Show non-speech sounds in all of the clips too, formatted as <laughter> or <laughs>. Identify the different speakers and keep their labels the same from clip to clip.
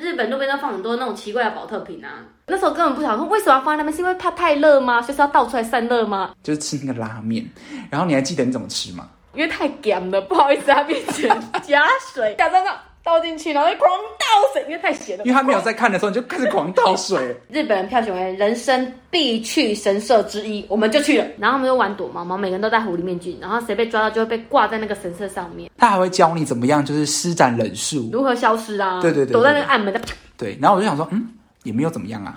Speaker 1: 日本路边都放很多那种奇怪的保特瓶啊，
Speaker 2: 那时候根本不想说为什么要放在那边，是因为怕太热吗？就是要倒出来散热吗？
Speaker 3: 就是吃那个拉面，然后你还记得你怎么吃吗？
Speaker 2: 因为太咸了，不好意思，它变成加 <laughs> 水，假装这样倒进去，然后就狂倒水，因为太咸了
Speaker 3: 因。为他没有在看的时候，你就开始狂倒水。
Speaker 2: 日本人票选为人生必去神社之一，我们就去了。
Speaker 1: 然后他们就玩躲猫猫，每个人都戴狐狸面具，然后谁被抓到就会被挂在那个神社上面，
Speaker 3: <laughs> 他还会教你怎么样，就是施展忍术。
Speaker 1: 如何消失啊？
Speaker 3: 对对对对
Speaker 1: 躲在那个暗门的。
Speaker 3: 对，然后我就想说，嗯，也没有怎么样啊。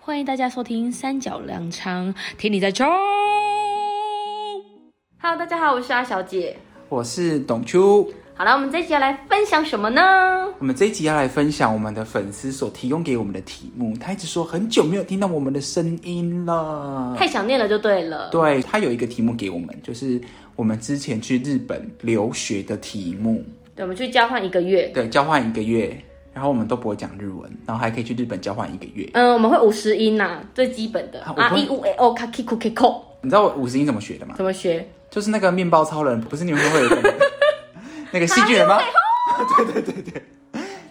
Speaker 4: 欢迎大家收听《三角粮仓》，听你在冲。
Speaker 1: Hello，大家好，我是阿小姐。
Speaker 3: <laughs> 我是董秋，
Speaker 1: 好了，我们这一集要来分享什么呢？
Speaker 3: 我们这一集要来分享我们的粉丝所提供给我们的题目。他一直说很久没有听到我们的声音了，
Speaker 1: 太想念了就对了。
Speaker 3: 对他有一个题目给我们，就是我们之前去日本留学的题目。
Speaker 1: 对，我们去交换一个月。
Speaker 3: 对，交换一个月，然后我们都不会讲日文，然后还可以去日本交换一个月。
Speaker 1: 嗯，我们会五十音呐、最基本的
Speaker 3: 啊我
Speaker 1: 啊
Speaker 3: 会
Speaker 1: 一五 a o k a k i k u k i k o
Speaker 3: 你知道我五十音怎么学的吗？
Speaker 1: 怎么学？
Speaker 3: 就是那个面包超人，不是你们会有一
Speaker 1: <laughs>
Speaker 3: 个那个戏剧人吗？对对对 <laughs> 对。
Speaker 1: 哦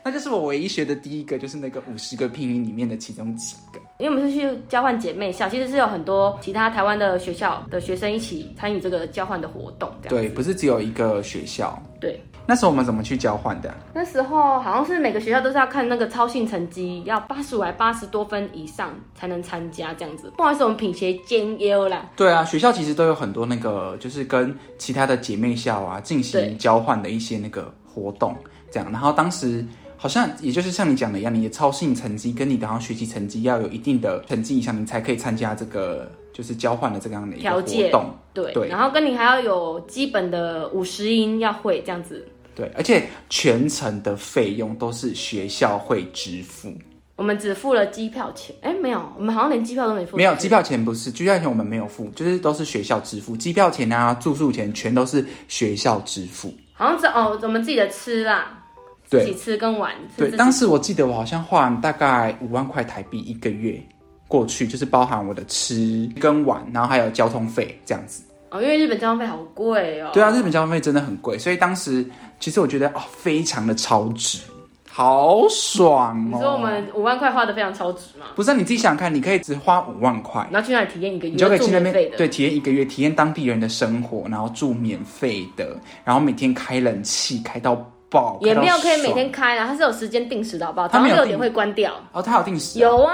Speaker 3: 那就是我唯一学的第一个，就是那个五十个拼音里面的其中几个。
Speaker 1: 因为我们是去交换姐妹校，其实是有很多其他台湾的学校的学生一起参与这个交换的活动。这样
Speaker 3: 对，不是只有一个学校。
Speaker 1: 对，
Speaker 3: 那时候我们怎么去交换的啊、
Speaker 1: 那时候好像是每个学校都是要看那个操性成绩，要八十五还八十多分以上才能参加这样子。不好意思，我们品学兼优啦。
Speaker 3: 对啊，学校其实都有很多那个，就是跟其他的姐妹校啊进
Speaker 1: 对
Speaker 3: 行交换的一些那个活动，这样。然后当时好像也就是像你讲的一样，你的操性成绩跟你的好像学习成绩要有一定的成绩以上，你才可以参加这个就是交换的这样的一个
Speaker 1: 条件
Speaker 3: 活动。
Speaker 1: 对，
Speaker 3: 对
Speaker 1: 然后跟你还要有基本的五十音要会这样子。
Speaker 3: 对，而且全程的费用都是学校会支付，
Speaker 1: 我们只付了机票钱，哎，没有，我们好像连机票都没付。
Speaker 3: 没有机票钱不是，机票钱我们没有付，就是都是学校支付，机票钱啊、住宿钱全都是学校支付。
Speaker 1: 好像是哦，我们自己的吃啦，自己
Speaker 3: 对
Speaker 1: 吃跟玩。是
Speaker 3: 对
Speaker 1: 自，己
Speaker 3: 当时我记得我好像换大概五万块台币一个月过去，就是包含我的吃跟玩，然后还有交通费这样子。
Speaker 1: 哦，因为日本交通费好贵哦。
Speaker 3: 对啊，日本交通费真的很贵，所以当时其实我觉得哦，非常的超值，好爽哦！
Speaker 1: 你说我们五万块花的非常超值嘛？
Speaker 3: 不是啊你自己想想看，你可以只花五万块。
Speaker 1: 然后去那里体验一个月，
Speaker 3: 你就可以去那
Speaker 1: 住免费
Speaker 3: 边
Speaker 1: 的，
Speaker 3: 对体验一个月，体验当地人的生活，然后住免费的，然后每天开冷气开到爆，
Speaker 1: 也没有
Speaker 3: 开到
Speaker 1: 可以每
Speaker 3: 爽
Speaker 1: 天。开啦，它是有时间定时的好不好？
Speaker 3: 它
Speaker 1: 早上
Speaker 3: 没有
Speaker 1: 六点
Speaker 3: 定
Speaker 1: 会关掉。
Speaker 3: 哦，他有定时、啊，
Speaker 1: 有啊，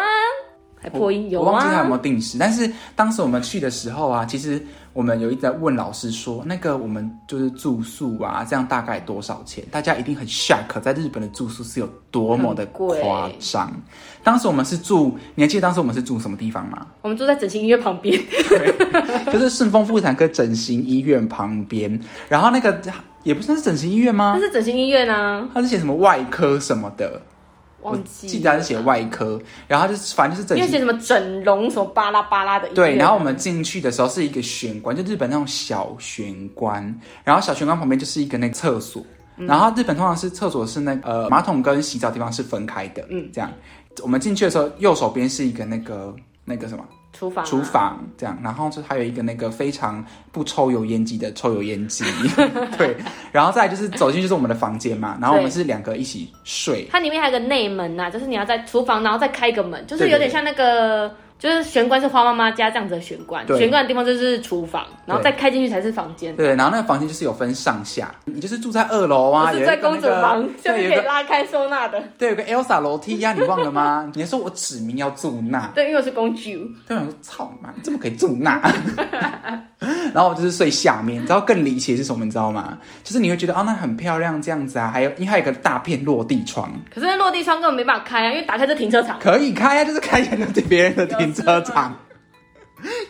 Speaker 1: 还破音有
Speaker 3: 我忘记他有
Speaker 1: 啊。
Speaker 3: 没有定时，但是当时我们去的时候啊，其实我们有一直在问老师说，那个我们就是住宿啊，这样大概多少钱？大家一定很 shock，在日本的住宿是有多么的
Speaker 1: 很贵
Speaker 3: 夸张。当时我们是住，你还记得当时我们是住什么地方吗？
Speaker 1: 我们住在整形医院旁边，
Speaker 3: <laughs> 就是顺丰妇产科整形医院旁边，然后那个也不算是整形医院吗
Speaker 1: 但？是整形医院啊，
Speaker 3: 他是写什么外科什么的，我
Speaker 1: 忘记
Speaker 3: 记得他是写外科，然后就是反正就是
Speaker 1: 因为
Speaker 3: 整
Speaker 1: 写
Speaker 3: 形。
Speaker 1: 什么整容什么巴拉巴拉的医院。
Speaker 3: 对，然后我们进去的时候是一个玄关，就日本那种小玄关，然后小玄关旁边就是一个那个厕所，
Speaker 1: 嗯
Speaker 3: 然后日本通常是厕所是那呃马桶跟洗澡地方是分开的，嗯，这样我们进去的时候右手边是一个那个那个什么
Speaker 1: 厨房啊，
Speaker 3: 厨房这样，然后就还有一个那个非常不抽油烟机的抽油烟机， <laughs> 对，然后再来就是走进去就是我们的房间嘛，然后我们
Speaker 1: 对
Speaker 3: 是两个一起睡，
Speaker 1: 它里面还有个内门呐、啊就是你要在厨房，然后再开一个门，就是
Speaker 3: 对对
Speaker 1: 有点像那个，就是玄关是花妈妈家这样子的玄关，
Speaker 3: 对
Speaker 1: 玄关的地方就是厨房，然后再开进去才是房间。
Speaker 3: 对，然后那个房间就是有分上下，你就是住在二楼
Speaker 1: 不
Speaker 3: 啊，有
Speaker 1: 是
Speaker 3: 一
Speaker 1: 在
Speaker 3: 个
Speaker 1: 公主
Speaker 3: 那个
Speaker 1: 房，就是
Speaker 3: 对，有一
Speaker 1: 可以
Speaker 3: 个
Speaker 1: 拉开收纳的。
Speaker 3: 对，有个 Elsa 楼梯啊呀、你忘了吗？ <laughs> 你还说我指名要住那，
Speaker 1: 对，因为我是公主，
Speaker 3: 对，我想说操你妈，你怎么可以住那？ <laughs> 然后我就是睡下面，你知道更离奇的是什么？你知道吗？就是你会觉得啊、那很漂亮这样子啊，还有因为还有一个大片落地窗，
Speaker 1: 可是那落地窗根本没办法开啊，因为打开就停车场。
Speaker 3: 可以开啊，就是开人的别人的停车场。 <laughs>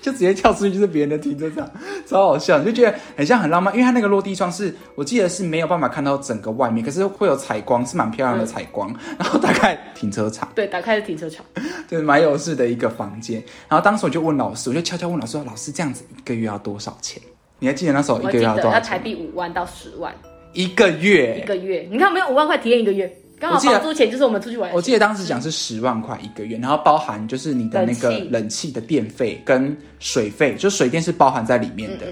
Speaker 3: 就直接跳出去，就是别人的停车场，超好笑，你就觉得很像很浪漫，因为它那个落地窗是我记得是没有办法看到整个外面，可是会有采光，是蛮漂亮的采光， <laughs> 然后大概停车场。
Speaker 1: 对，打开是停车场。
Speaker 3: 就是蛮有事的一个房间。然后当时我就问老师，我就悄悄问老师说：“老师，这样子一个月要多少钱？”你还记得那时哦候一
Speaker 1: 我
Speaker 3: 个
Speaker 1: 记
Speaker 3: 月要
Speaker 1: 得
Speaker 3: 多少
Speaker 1: 要台
Speaker 3: 钱？
Speaker 1: 币五万到十万
Speaker 3: 一个
Speaker 1: 一
Speaker 3: 月，
Speaker 1: 个月，你看我们有五万块体验一个月，刚
Speaker 3: 我
Speaker 1: 好
Speaker 3: 记得
Speaker 1: 房租钱就是我们出去玩的
Speaker 3: 我
Speaker 1: 钱，
Speaker 3: 记得当时讲是十万块一个月，然后包含就是你的那个
Speaker 1: 冷气
Speaker 3: 冷气的电费跟水费，就水电是包含在里面
Speaker 1: 嗯
Speaker 3: 的。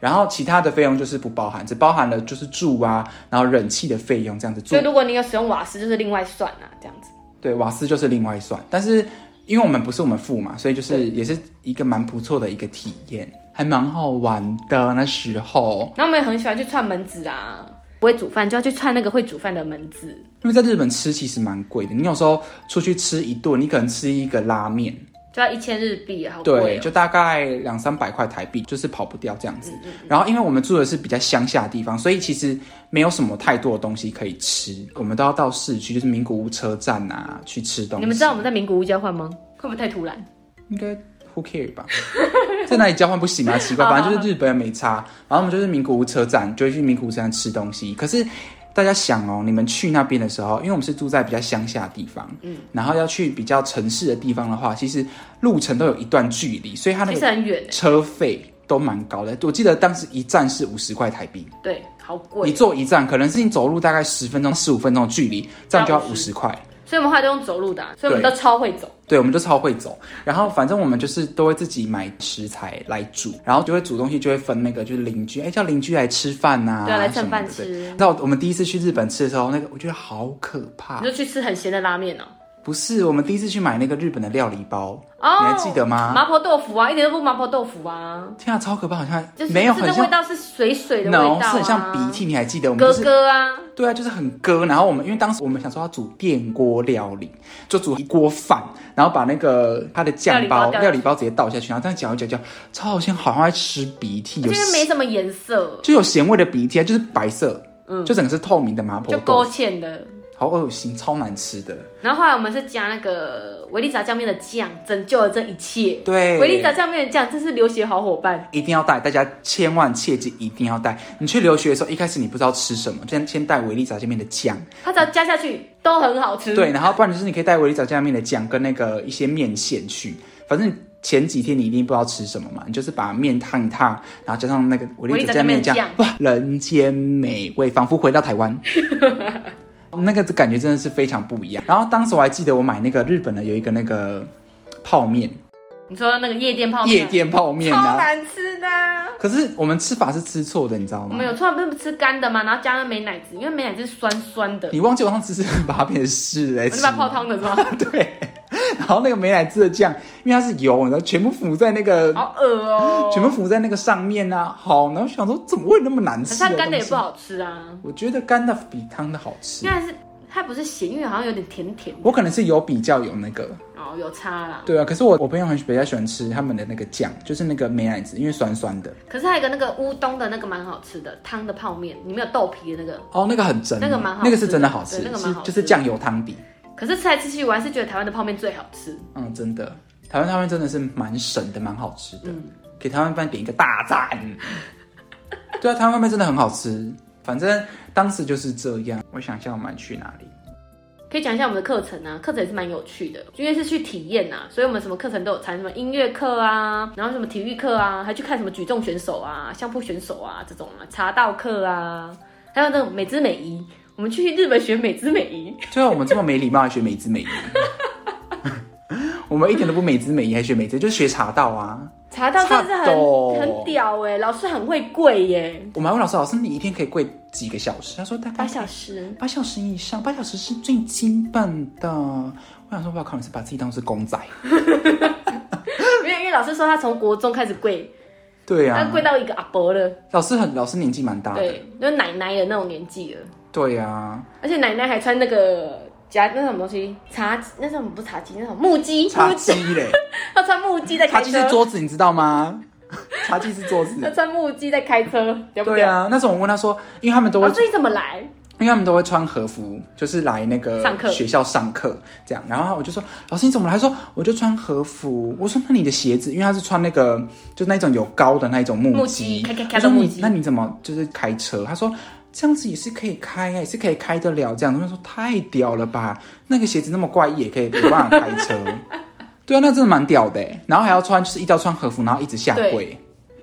Speaker 3: 然后其他的费用就是不包含，只包含了就是住啊，然后冷气的费用这样子住
Speaker 1: 所以。如果你有使用瓦斯，就是另外算啊，这样子。
Speaker 3: 对，瓦斯就是另外算，但是因为我们不是我们付嘛，所以就是也是一个蛮不错的一个体验，还蛮好玩的那时候。
Speaker 1: 然后我们也很喜欢去串门子啊，不会煮饭就要去串那个会煮饭的门子，
Speaker 3: 因为在日本吃其实蛮贵的，你有时候出去吃一顿，你可能吃一个拉面，
Speaker 1: 就要一千日币，好贵、哦。
Speaker 3: 对，就大概两三百块台币，就是跑不掉这样子。
Speaker 1: 嗯
Speaker 3: 然后，因为我们住的是比较乡下的地方，所以其实没有什么太多的东西可以吃，我们都要到市区，就是名古屋车站啊去吃东西。
Speaker 1: 你们知道我们在名古屋交换吗？会不会太突然？
Speaker 3: 应该 who care 吧？ <laughs> 在哪里交换不行啊？奇
Speaker 1: 哦
Speaker 3: 怪，反正就是日本人没差。然后我们就是名古屋车站，就会去名古屋车站吃东西。可是大家想哦，你们去那边的时候，因为我们是住在比较乡下的地方，嗯，然后要去比较城市的地方的话，其实路程都有一段距离，所以它那
Speaker 1: 其
Speaker 3: 个
Speaker 1: 实很远欸
Speaker 3: 车费都蛮高的。我记得当时一站是五十块台币，
Speaker 1: 对，好
Speaker 3: 你
Speaker 1: 贵。
Speaker 3: 坐一站，可能是你走路大概十分钟、十五分钟的距离，这样就要五十块。
Speaker 1: 所以我们后来都用走路的啊、所以我们
Speaker 3: 对
Speaker 1: 都超会走。
Speaker 3: 对，我们就超会走。然后反正我们就是都会自己买食材来煮，然后就会煮东西，就会分那个就是邻居，哎，叫邻居来吃饭呐、
Speaker 1: 对啊来蹭
Speaker 3: 什么的
Speaker 1: 饭吃
Speaker 3: 对那我们第一次去日本吃的时候，那个我觉得好可怕
Speaker 1: 你。就去吃很咸的拉面哦、
Speaker 3: 不是，我们第一次去买那个日本的料理包，
Speaker 1: 哦
Speaker 3: 你还记得吗？
Speaker 1: 麻婆豆腐啊，一点都不麻婆豆腐啊，
Speaker 3: 天啊，超可怕，好像
Speaker 1: 就是
Speaker 3: 没有
Speaker 1: 吃
Speaker 3: 很
Speaker 1: 的
Speaker 3: 像
Speaker 1: 味道是水水的味道、
Speaker 3: ，no，
Speaker 1: 啊
Speaker 3: 是很像鼻涕，你还记得？我们就
Speaker 1: 哥
Speaker 3: 是
Speaker 1: 哥啊，
Speaker 3: 对啊，就是很割。然后我们因为当时我们想说要煮电锅料理，就煮一锅饭，然后把那个它的酱
Speaker 1: 料
Speaker 3: 包
Speaker 1: 理包掉
Speaker 3: 料理包直接倒下去，然后这样搅一搅搅，超好像好像在吃鼻涕，有
Speaker 1: 这个没什么颜色，
Speaker 3: 就有咸味的鼻涕，啊就是白色，嗯，就整个是透明的麻婆
Speaker 1: 就
Speaker 3: 豆
Speaker 1: 勾
Speaker 3: 腐，
Speaker 1: 芡的。
Speaker 3: 好恶心，超难吃的。
Speaker 1: 然后后来我们是加那个维力炸酱面的酱，拯救了这一切。
Speaker 3: 对，
Speaker 1: 维力炸酱面的酱真是流血好伙伴，
Speaker 3: 一定要带，大家千万切记一定要带。你去留学的时候，一开始你不知道吃什么，先先带维力炸酱面的酱，
Speaker 1: 它只要加下去都很好吃。
Speaker 3: 对，然后不然就是你可以带维力炸酱面的酱跟那个一些面线去，反正。前几天你一定不知道吃什么嘛，你就是把面烫一烫，然后加上那个维力炸酱面的酱
Speaker 1: 维力，
Speaker 3: 哇，人间美味，仿佛回到
Speaker 1: <laughs>
Speaker 3: 台湾。那个感觉真的是非常不一样。然后当时我还记得我买那个日本的有一个那个泡面，
Speaker 1: 你说那个夜店泡面，
Speaker 3: 夜店泡面
Speaker 2: 超
Speaker 3: 啊，
Speaker 2: 难吃的啊。
Speaker 3: 可是我们吃法是吃错的，你知道
Speaker 1: 我
Speaker 3: 吗
Speaker 1: 们？有突然不是吃干的嘛，然后加了美乃滋，因为美乃滋是酸酸的，
Speaker 3: 你忘记我上次是把它变成湿来
Speaker 1: 我
Speaker 3: 吃
Speaker 1: 就
Speaker 3: 吗
Speaker 1: 把它泡汤的是吗？
Speaker 3: <laughs> 对，然后那个美乃滋的酱，因为它是油，然后全部浮在那个
Speaker 1: 好恶
Speaker 3: <laughs>
Speaker 1: 哦、
Speaker 3: 全部浮在那个上面啊，好，然后想说怎么会那么难
Speaker 1: 可
Speaker 3: 吃？
Speaker 1: 是它干的也不，好吃啊，
Speaker 3: 我觉得干的比汤的好吃
Speaker 1: 因。为它是它不是咸，因为好像有点甜甜的，
Speaker 3: 我可能是有比较有那个，
Speaker 1: 哦有差啦。
Speaker 3: 对啊，可是我我朋友很比较喜欢吃他们的那个酱，就是那个美乃滋，因为酸酸的。
Speaker 1: 可是还有一个那个乌冬的那个蛮好吃的汤的泡面，里面有豆皮的那个，
Speaker 3: 哦，那个很真，
Speaker 1: 那个蛮好吃的
Speaker 3: 那个是真的好吃，
Speaker 1: 对那个蛮
Speaker 3: 是
Speaker 1: 好吃
Speaker 3: 就是酱油汤底，
Speaker 1: 可是吃来吃去我还是觉得台湾的泡面最好吃。
Speaker 3: 嗯，真的，台湾那边真的是蛮神的，蛮好吃的，
Speaker 1: 嗯
Speaker 3: 给台湾饭点一个大赞。 <laughs> 对啊，台湾饭真的很好吃，反正当时就是这样。我想一下，我们去哪里？
Speaker 1: 可以讲一下我们的课程啊，课程也是蛮有趣的，因为是去体验啊，所以我们什么课程都有参，什么音乐课啊，然后什么体育课啊，还去看什么举重选手啊、相扑选手啊这种啊，茶道课啊，还有那种美姿美仪，我们去日本学美姿美仪，
Speaker 3: 对啊，我们这么没礼貌还学美姿美仪， <laughs> 我们一点都不美姿美仪，还学美姿，就是学茶道啊。
Speaker 1: 茶道真的是
Speaker 3: 茶道
Speaker 1: 很很屌哎、老师很会跪耶、
Speaker 3: 我们还问老师，老师你一天可以跪几个小时？他说大概
Speaker 1: 八小时，
Speaker 3: 八小时以上，八小时是最基本的。我想说，我靠，你是把自己当是公仔？
Speaker 1: 没有，因为老师说他从国中开始跪，
Speaker 3: 对
Speaker 1: 他
Speaker 3: 啊，
Speaker 1: 跪到一个阿伯了，
Speaker 3: 老师很，老师年纪蛮大的。
Speaker 1: 对，就是奶奶的那种年纪了。
Speaker 3: 对啊，
Speaker 1: 而且奶奶还穿那个夹那什么东西，茶那什么不是茶几，那什么木屐，
Speaker 3: 茶
Speaker 1: 木屐
Speaker 3: 几 <laughs> 嘞，
Speaker 1: 她穿木屐在
Speaker 3: 茶
Speaker 1: 开
Speaker 3: 几
Speaker 1: 车
Speaker 3: 是，桌子，你知道吗？ <laughs> 茶几是桌
Speaker 1: 她
Speaker 3: 子。
Speaker 1: 穿木屐在开车，屌不
Speaker 3: <laughs> 对
Speaker 1: 屌？
Speaker 3: 啊，那时候我问他说，因为他们都会
Speaker 1: 老师你怎么来？
Speaker 3: 因为他们都会穿和服，就是来那个
Speaker 1: 上课
Speaker 3: 学校上课这样。然后我就说：“老师你怎么来？”他说：“我就穿和服。”我说：“那你的鞋子，因为他是穿那个就那种有高的那一种木
Speaker 1: 木
Speaker 3: 屐
Speaker 1: 屐，开开开
Speaker 3: 我说
Speaker 1: 到木
Speaker 3: 你
Speaker 1: 屐
Speaker 3: 那你怎么就是开车？”他说。这样子也是可以开、哎也是可以开得了这样。他们说太屌了吧，那个鞋子那么怪异也可以有办法开车， <laughs> 对啊，那真的蛮屌的欸。然后还要穿，就是一定要穿和服，然后一直下
Speaker 1: 对
Speaker 3: 跪，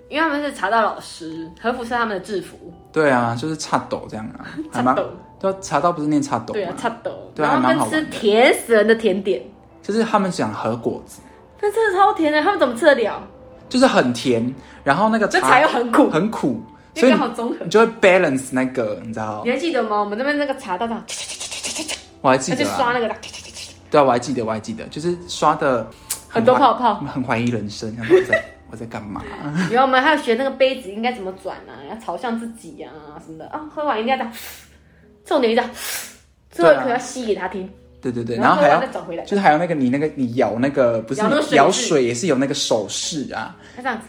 Speaker 1: 因为他们是茶道老师，和服是他们的制服，
Speaker 3: 对啊，就是插斗这样啊，还
Speaker 1: 插
Speaker 3: 蛮
Speaker 1: 斗，
Speaker 3: 对啊，茶道不是念插斗吗？
Speaker 1: 对啊，茶斗。
Speaker 3: 对啊
Speaker 1: 然后
Speaker 3: 蛮好
Speaker 1: 跟
Speaker 3: 玩
Speaker 1: 吃
Speaker 3: 的
Speaker 1: 甜死人的甜点，
Speaker 3: 就是他们讲和果子，
Speaker 1: 但真的超甜的，他们怎么吃得了？
Speaker 3: 就是很甜，然后那个
Speaker 1: 这茶
Speaker 3: 茶
Speaker 1: 又很苦
Speaker 3: 很苦，
Speaker 1: 因为
Speaker 3: 所以
Speaker 1: 刚好综合
Speaker 3: 你就会 balance 那个，你知道
Speaker 1: 你？还记得吗？我们那边那个茶道上，
Speaker 3: 我还记
Speaker 1: 他就
Speaker 3: 得
Speaker 1: 刷
Speaker 3: 啊，
Speaker 1: 那个，
Speaker 3: 对啊，我还记得，我还记得，就是刷的
Speaker 1: 很多泡泡
Speaker 3: 很怀疑人生，然后在 <laughs> 我在干嘛？啊
Speaker 1: 然后我们还有学那个杯子应该怎么转啊，要朝向自己呀、啊、什么的啊。喝完一定要这样，重点一定要，最后一
Speaker 3: 对啊
Speaker 1: 口要吸给他听。
Speaker 3: 对对对，
Speaker 1: 然
Speaker 3: 然
Speaker 1: 后
Speaker 3: 后还
Speaker 1: 再
Speaker 3: 要
Speaker 1: 找回来
Speaker 3: 就是还有那个你那个你舀那个不是
Speaker 1: 舀那个水
Speaker 3: 舀
Speaker 1: 质
Speaker 3: 水也是有那个手势啊，
Speaker 1: 他这样子，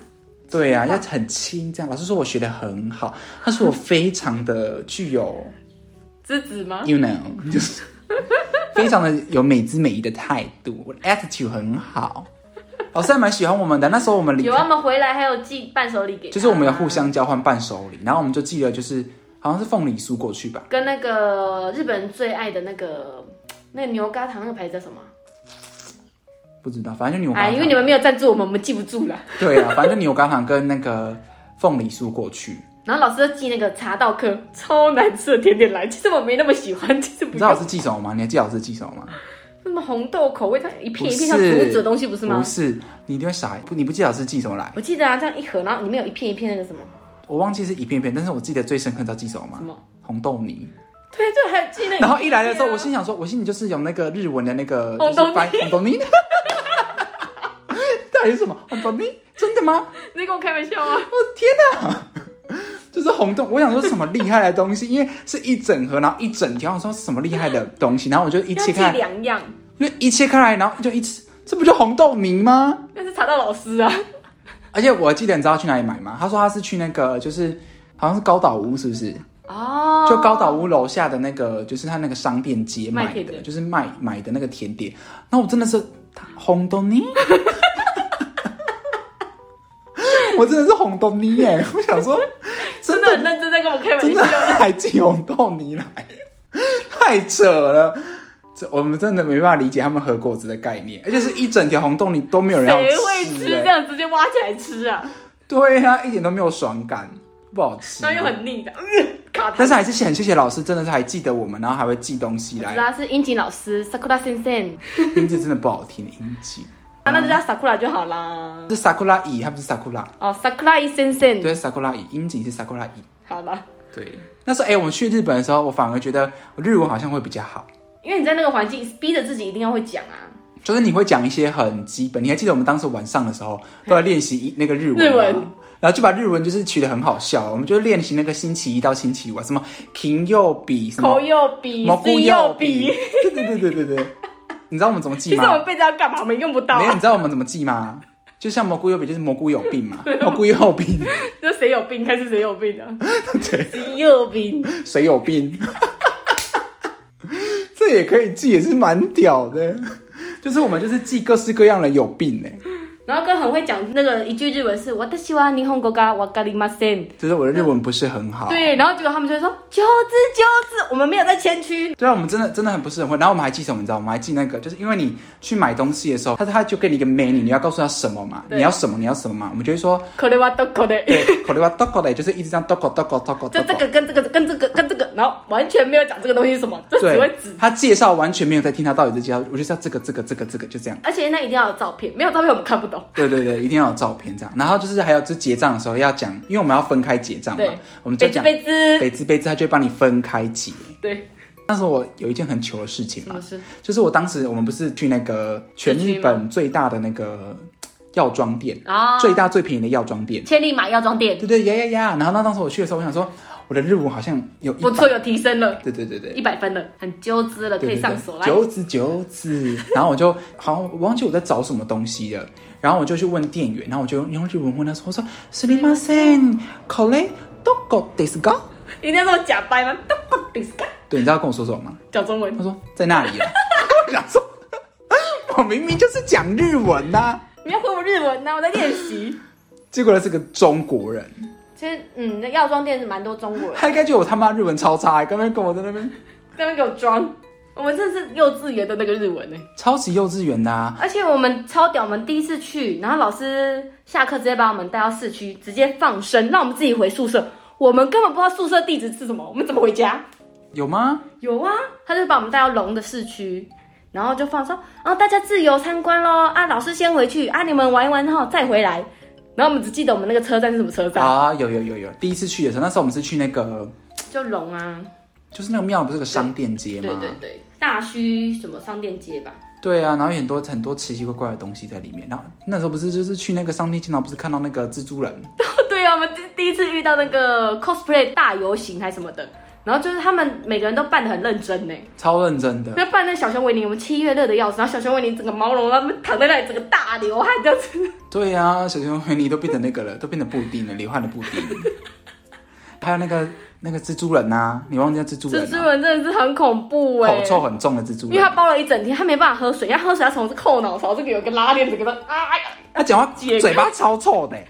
Speaker 3: 对啊，要很轻这样。老师说我学的很好，他说我非常的具有
Speaker 1: 栀子吗？
Speaker 3: you know，就是
Speaker 1: <laughs>
Speaker 3: 非常的有美姿美仪的态度，我的 attitude 很好。老师还蛮喜欢我们的，那时候我们离开
Speaker 1: 有啊，我们回来还有寄伴手礼给他，
Speaker 3: 就是我们有互相交换伴手礼，然后我们就寄了就是好像是凤梨酥过去吧，
Speaker 1: 跟那个日本人最爱的那个那个牛轧糖那个牌子叫什么啊？
Speaker 3: 不知道，反正就牛轧糖。
Speaker 1: 哎，因为你们没有赞助我们，我们记不住了。
Speaker 3: 对啊，反正就牛轧糖跟那个凤梨酥过去。
Speaker 1: 然后老师就寄那个茶道课超难吃的甜点来，其实我没那么喜欢，其实
Speaker 3: 你
Speaker 1: 不
Speaker 3: 知道
Speaker 1: 要
Speaker 3: 我是寄什么吗？你还记得我是寄什么吗？
Speaker 1: 那么红豆口味，它一
Speaker 3: 不
Speaker 1: 片一
Speaker 3: 是
Speaker 1: 片像竹子的东西， <laughs> 不是吗
Speaker 3: 不？是，你一定会傻，不你不记得我是寄什么来？
Speaker 1: 我记得啊，这样一盒，然后里面有一片一片那个什么
Speaker 3: 我忘记是一片一片，但是我记得最深刻你知道寄什么吗？
Speaker 1: 什么？
Speaker 3: 红豆泥。
Speaker 1: 对，就还记得。
Speaker 3: 啊 <laughs>
Speaker 1: 啊
Speaker 3: 然后一来的时候，我心想说，我心里就是有那个日文的那个
Speaker 1: 红豆泥
Speaker 3: 就是翻红豆泥， <laughs> 到底是什么红豆泥？真的吗？哦
Speaker 1: 你在跟我开玩笑啊吗？
Speaker 3: <laughs> 就是红豆，我想说什么厉害的东西，因为是一整盒，然后一整条，我说什么厉害的
Speaker 1: <laughs>
Speaker 3: 东西，然后我就一
Speaker 1: 要
Speaker 3: 切
Speaker 1: 记
Speaker 3: 开来，
Speaker 1: 两样，
Speaker 3: 就一切开来，然后就一吃，这不就红豆泥吗？
Speaker 1: 那是茶道老师啊。
Speaker 3: 而且我记得你知道去哪里买吗？他说他是去那个就是好像是高岛屋，是不是？
Speaker 1: 哦，
Speaker 3: 就高岛屋楼下的那个，就是他那个商店街
Speaker 1: 卖
Speaker 3: 买
Speaker 1: 甜
Speaker 3: 的，
Speaker 1: 点
Speaker 3: 就是卖买的那个甜点。那我真的是红豆泥， <laughs> 我真的是红豆泥耶！我想说，
Speaker 1: <laughs> 真
Speaker 3: 真
Speaker 1: 的很认真在跟我开玩
Speaker 3: 真的
Speaker 1: 笑。
Speaker 3: 还寄红豆泥来，太扯了。这我们真的没办法理解他们和果子的概念，而且是一整条红豆泥都没有人要
Speaker 1: 谁会吃
Speaker 3: 欸
Speaker 1: 这样直接挖起来吃啊？
Speaker 3: 对啊，一点都没有爽感，不好吃。
Speaker 1: 然后又很腻的，呃卡
Speaker 3: 啊但
Speaker 1: 痰。
Speaker 3: 是还是很谢谢老师，真的是还记得我们，然后还会寄东西来
Speaker 1: 知。道是樱井老师 Sakura 先生，
Speaker 3: 名字真的不好听，英吉。
Speaker 1: 啊，那就叫 Sakura 就好啦。
Speaker 3: 是 sakura 乙，它不是 sakura，
Speaker 1: 哦，Sakura 一先生，
Speaker 3: 对，sakura 乙，英吉是 sakura 乙。
Speaker 1: 好啦，
Speaker 3: 对，那时候哎、我们去日本的时候，我反而觉得我日文好像会比较好，
Speaker 1: 因为你在那个环境，逼着自己一定要会讲啊。
Speaker 3: 就是你会讲一些很基本。你还记得我们当时晚上的时候都在练习一那个日文吗？
Speaker 1: 日文
Speaker 3: 然后就把日文就是取得很好笑，我们就练习那个星期一到星期五啊，什么停右笔，什么
Speaker 1: 口右笔，
Speaker 3: 蘑菇
Speaker 1: 心
Speaker 3: 右
Speaker 1: 右
Speaker 3: 笔
Speaker 1: 笔。，
Speaker 3: 对对对对对对。 <laughs> 你知道我们怎么记
Speaker 1: 其实
Speaker 3: 吗？
Speaker 1: 我们背这要干嘛？我们用不到
Speaker 3: 没有，
Speaker 1: 啊
Speaker 3: 你。知道我们怎么记吗？就像蘑菇有病，就是蘑菇有病 <laughs> 嘛，蘑菇有病，
Speaker 1: 就谁有病开始谁有病啊？
Speaker 3: <laughs> 对，
Speaker 1: 心右笔。
Speaker 3: 谁有病？ <laughs> 这也可以记，也是蛮屌的。就是我们就是记各式各样的有病欸呢、
Speaker 1: 然后跟很会讲那个一句日文是“我的希望霓虹国家我咖喱马森
Speaker 3: 就是我的日文不是很”，好，
Speaker 1: 对，然后结果他们就会说“九字九字”，我们没有在谦虚，
Speaker 3: 对啊，我们真的真的很不是很会。然后我们还记什么？你知道吗？我们还记那个，就是因为你去买东西的时候，他他就给你一个 menu，你要告诉他什么嘛，
Speaker 1: 对
Speaker 3: 你要什么，你要什么嘛，我们就会说，
Speaker 1: 可怜我都可怜。
Speaker 3: 对，口令哇 d o k o 就是一直这样 d o k o d o k o d o k o
Speaker 1: <laughs> 就这个跟这个跟这个跟这个，然后完全没有讲这个东西是什么，就只会
Speaker 3: 对
Speaker 1: 指。，
Speaker 3: 他介绍完全没有在听他到底在介绍，我就是要这个这个这个这个，就这样。
Speaker 1: 而且那一定要有照片，没有照片我们看不懂。
Speaker 3: 对对对，一定要有照片这样。然后就是还有就结账的时候要讲，因为我们要分开结账嘛
Speaker 1: 对，
Speaker 3: 我们就
Speaker 1: 杯子
Speaker 3: 讲
Speaker 1: 杯子，
Speaker 3: 北资北资，他就会帮你分开结。
Speaker 1: 对，
Speaker 3: 那时候我有一件很糗的事情嘛，
Speaker 1: 事？
Speaker 3: 就是我当时我们不是去那个全日本最大的那个药妆店，
Speaker 1: 啊，
Speaker 3: 最大最便宜的药妆店，
Speaker 1: 千里马药妆店
Speaker 3: 对对呀呀呀。然后那当时我去的时候，我想说我的日文好像有一
Speaker 1: 不
Speaker 3: 百
Speaker 1: 错，有提升了，
Speaker 3: 对对对对
Speaker 1: 一，百分了，很纠资了，可
Speaker 3: 对
Speaker 1: 以
Speaker 3: 对
Speaker 1: 上手
Speaker 3: 对，
Speaker 1: 啦。
Speaker 3: 九子九
Speaker 1: <laughs>
Speaker 3: 子，然后我就好像我忘记我在找什么东西了，然后我就去问店员，然后我就用日文问他说：“我说すみません、これどこですか
Speaker 1: 一定要这么假掰吗？都不顶干，？”
Speaker 3: 对，你知道他跟我说什么吗？
Speaker 1: 讲中文
Speaker 3: 他。说在那里 <laughs> 啊。我想说， <laughs> 我明明就是讲日文呐、
Speaker 1: 你要回我日文呐、啊我在练 <laughs> 习。
Speaker 3: 结果他是个中国人，
Speaker 1: 其实，嗯，那药妆店是蛮多中国人，
Speaker 3: 他应该觉得我他妈日文超差、刚刚跟我在那边
Speaker 1: 在那边给我装。我们这是幼稚园的那个日文呢、欸
Speaker 3: 超级幼稚园的、啊。
Speaker 1: 而且我们超屌，我们第一次去，然后老师下课直接把我们带到市区，直接放生，让我们自己回宿舍。我们根本不知道宿舍地址是什么，我们怎么回家？
Speaker 3: 有吗？
Speaker 1: 有啊，他就把我们带到龙的市区，然后就放说，哦，大家自由参观喽，啊，老师先回去，啊，你们玩一玩后再回来。然后我们只记得我们那个车站是什么车站，
Speaker 3: 啊，有有有有，第一次去的时候，那时候我们是去那个，
Speaker 1: 就龙啊，
Speaker 3: 就是那个庙不是有个商店街
Speaker 1: 对
Speaker 3: 吗？
Speaker 1: 对对，大须什么商店街吧，
Speaker 3: 对啊，然后有很多很多奇奇怪怪的东西在里面。然后那时候不是就是去那个商店街，然后不是看到那个蜘蛛人，
Speaker 1: 对啊，我们第第一次遇到那个 cosplay 大游行还什么的，然后就是他们每个人都办得很认真呢，
Speaker 3: 超认
Speaker 1: <laughs>
Speaker 3: 真的。
Speaker 1: 那办那小熊维尼，我们七月热的要死，然后小熊维尼整个毛茸茸，他们躺在那里整个大流汗这样子，
Speaker 3: 对啊，小熊维尼都变成那个了，都变成布丁了，流汗的布
Speaker 1: <laughs>
Speaker 3: 丁。还有那个那个蜘蛛人呐、你忘记叫蜘蛛人、啊？
Speaker 1: 蜘蛛人真的是很恐怖哎、
Speaker 3: 口臭很重的蜘蛛
Speaker 1: 因为他
Speaker 3: 人。
Speaker 1: 包了一整天，他没办法喝水，要喝水他从后脑勺这个有个拉链，整个都啊呀，
Speaker 3: 他讲话
Speaker 1: 解开
Speaker 3: 嘴巴超臭的、欸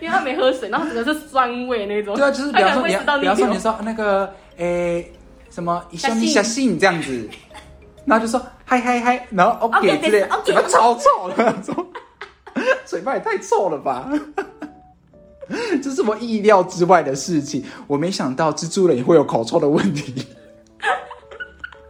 Speaker 1: 因为他没喝水，然后整个是酸味那种。
Speaker 3: <laughs> 对啊，就是比
Speaker 1: 他可能
Speaker 3: 方说
Speaker 1: 会
Speaker 3: 你
Speaker 1: 吃到
Speaker 3: 要，
Speaker 1: 你
Speaker 3: 比方说你说啊那个诶、什么一下
Speaker 1: 信
Speaker 3: 一下信这样子，然后就说嗨嗨嗨，然后 OK 之类
Speaker 1: OK，OK，
Speaker 3: 嘴巴超臭的，说 <laughs> 嘴巴也太臭了吧。 <laughs> 这是我意料之外的事情，我没想到蜘蛛人也会有口臭的问题， <laughs>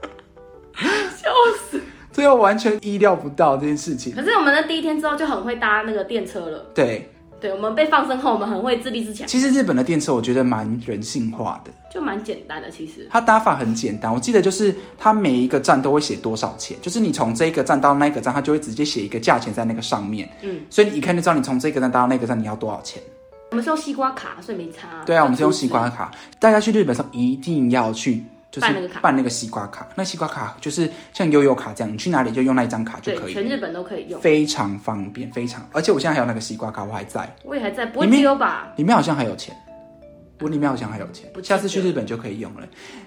Speaker 1: 笑死。
Speaker 3: 这又完全意料不到这件事情。
Speaker 1: 可是我们那第一天之后就很会搭那个电车了，
Speaker 3: 对，
Speaker 1: 对我们被放生后，我们很会自立自强，
Speaker 3: 其实日本的电车我觉得蛮人性化的，
Speaker 1: 就蛮简单的其实。
Speaker 3: 它搭法很简单，我记得就是它每一个站都会写多少钱，就是你从这一个站到那一个站，它就会直接写一个价钱在那个上面。
Speaker 1: 嗯，
Speaker 3: 所以你一看就知道你从这个站搭到那个站你要多少钱。
Speaker 1: 我们是用西瓜卡，所以没差。
Speaker 3: 对啊，我们是用西瓜卡，大家去日本的时候一定要去。就是
Speaker 1: 办那个卡
Speaker 3: 办那个西瓜卡，那西瓜卡就是像悠游卡这样，你去哪里就用那一张卡就
Speaker 1: 对，
Speaker 3: 可以
Speaker 1: 全
Speaker 3: 了，
Speaker 1: 日本都可以用。
Speaker 3: 非常方便，非常。而且我现在还有那个西瓜卡，我还在，
Speaker 1: 我也还在，不会
Speaker 3: 里面
Speaker 1: 丢吧？
Speaker 3: 里面好像还有钱，我里面好像还有钱
Speaker 1: 不，记得
Speaker 3: 下次去日本就可以用了，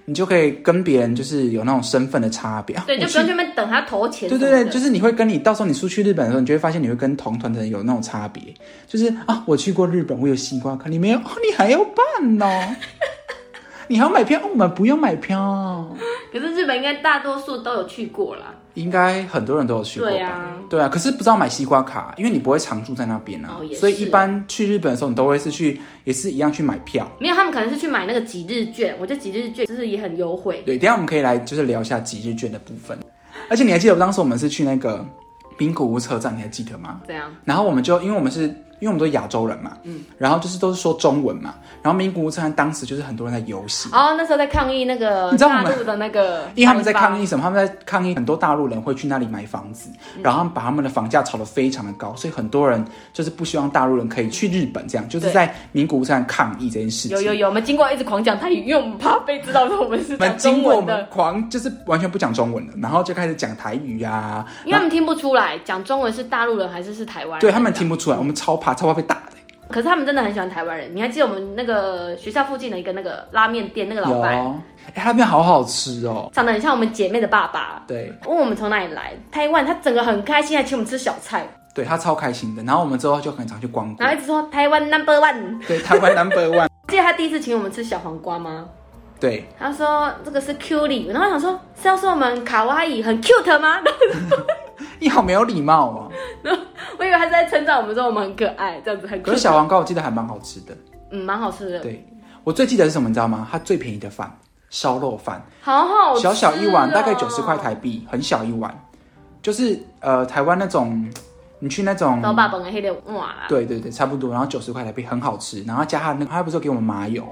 Speaker 3: 你就可以跟别人就是有那种身份的差别。啊
Speaker 1: 对，就
Speaker 3: 我
Speaker 1: 不
Speaker 3: 去
Speaker 1: 用去那边等他投钱什
Speaker 3: 对
Speaker 1: 么的。
Speaker 3: 对对，就是你会跟你到时候你出去日本的时候，你就会发现你会跟同团的人有那种差别，就是啊，我去过日本，我有西瓜卡，你没有，哦、你还要办哦， <laughs> 你还要买票、哦，我们不用买票哦，
Speaker 1: 可是日本应该大多数都有去过啦。
Speaker 3: 应该很多人都有去过吧？
Speaker 1: 对啊
Speaker 3: 对啊，可是不知道买西瓜卡，因为你不会常住在那边啊，
Speaker 1: 哦也是
Speaker 3: 所以一般去日本的时候，你都会是去也是一样去买票。
Speaker 1: 没有，他们可能是去买那个几日券，我觉得几日券就是也很优惠。
Speaker 3: 对，等一下我们可以来就是聊一下即日券的部分。而且你还记得当时我们是去那个名古屋车站，你还记得吗？
Speaker 1: 这样，
Speaker 3: 然后我们就因为我们是因为我们都是亚洲人嘛，嗯，然后就是都是说中文嘛，然后名古屋车站当时就是很多人在游行，
Speaker 1: 哦，那时候在抗议那个
Speaker 3: 你知道我
Speaker 1: 大
Speaker 3: 们
Speaker 1: 陆的那个，
Speaker 3: <laughs> 因为他们在抗议。什么？他们在抗议很多大陆人会去那里买房子，
Speaker 1: 嗯
Speaker 3: 然后他们把他们的房价炒得非常的高，所以很多人就是不希望大陆人可以去日本，这样就是
Speaker 1: 对
Speaker 3: 在名古屋车站抗议这件事情。
Speaker 1: 有有有，我们经过一直狂讲泰语，因为我们怕被知道说我们是
Speaker 3: 我们
Speaker 1: 讲
Speaker 3: 经
Speaker 1: 中
Speaker 3: 过我
Speaker 1: 文
Speaker 3: 们
Speaker 1: 的，
Speaker 3: 狂就是完全不讲中文了，然后就开始讲台语啊，
Speaker 1: 因为他们听不出来讲中文是大陆人还是是台湾人。
Speaker 3: 对他们听不出来，我们超怕，超怕被打的。
Speaker 1: 可是他们真的很喜欢台湾人。你还记得我们那个学校附近的一个那个拉面店，那个
Speaker 3: 有，
Speaker 1: 老板
Speaker 3: 哎、他那边好好吃哦。
Speaker 1: 长得很像我们姐妹的爸爸，
Speaker 3: 对，
Speaker 1: 问我们从哪里来，台湾，他整个很开心，还请我们吃小菜，
Speaker 3: 对他超开心的。然后我们之后就很常去光顾
Speaker 1: 然，后一直说台湾 number one。
Speaker 3: 对台湾 number
Speaker 1: <laughs>
Speaker 3: one，
Speaker 1: 记得他第一次请我们吃小黄瓜吗？
Speaker 3: 对，
Speaker 1: 他说这个是 Q 里，然后我想说是要说我们卡哇伊很 cute 吗？ <laughs> 然后
Speaker 3: 你好没有礼貌哦。
Speaker 1: 我以为他是在称赞我们说我们很可爱，这样子很
Speaker 3: 可是
Speaker 1: cute，
Speaker 3: 小黄瓜我记得还蛮好吃的。
Speaker 1: 嗯，蛮好吃的，
Speaker 3: 对我最记得是什么，你知道吗？它最便宜的饭，烧肉饭，
Speaker 1: 好好吃哦
Speaker 3: 小小一碗大概九十块台币，很小一碗，就是呃台湾那种，你去那种。
Speaker 1: 老爸本来黑的哇啦，
Speaker 3: 对对对，差不多，然后九十块台币，很好吃。然后加上那个，他不是有给我们麻油，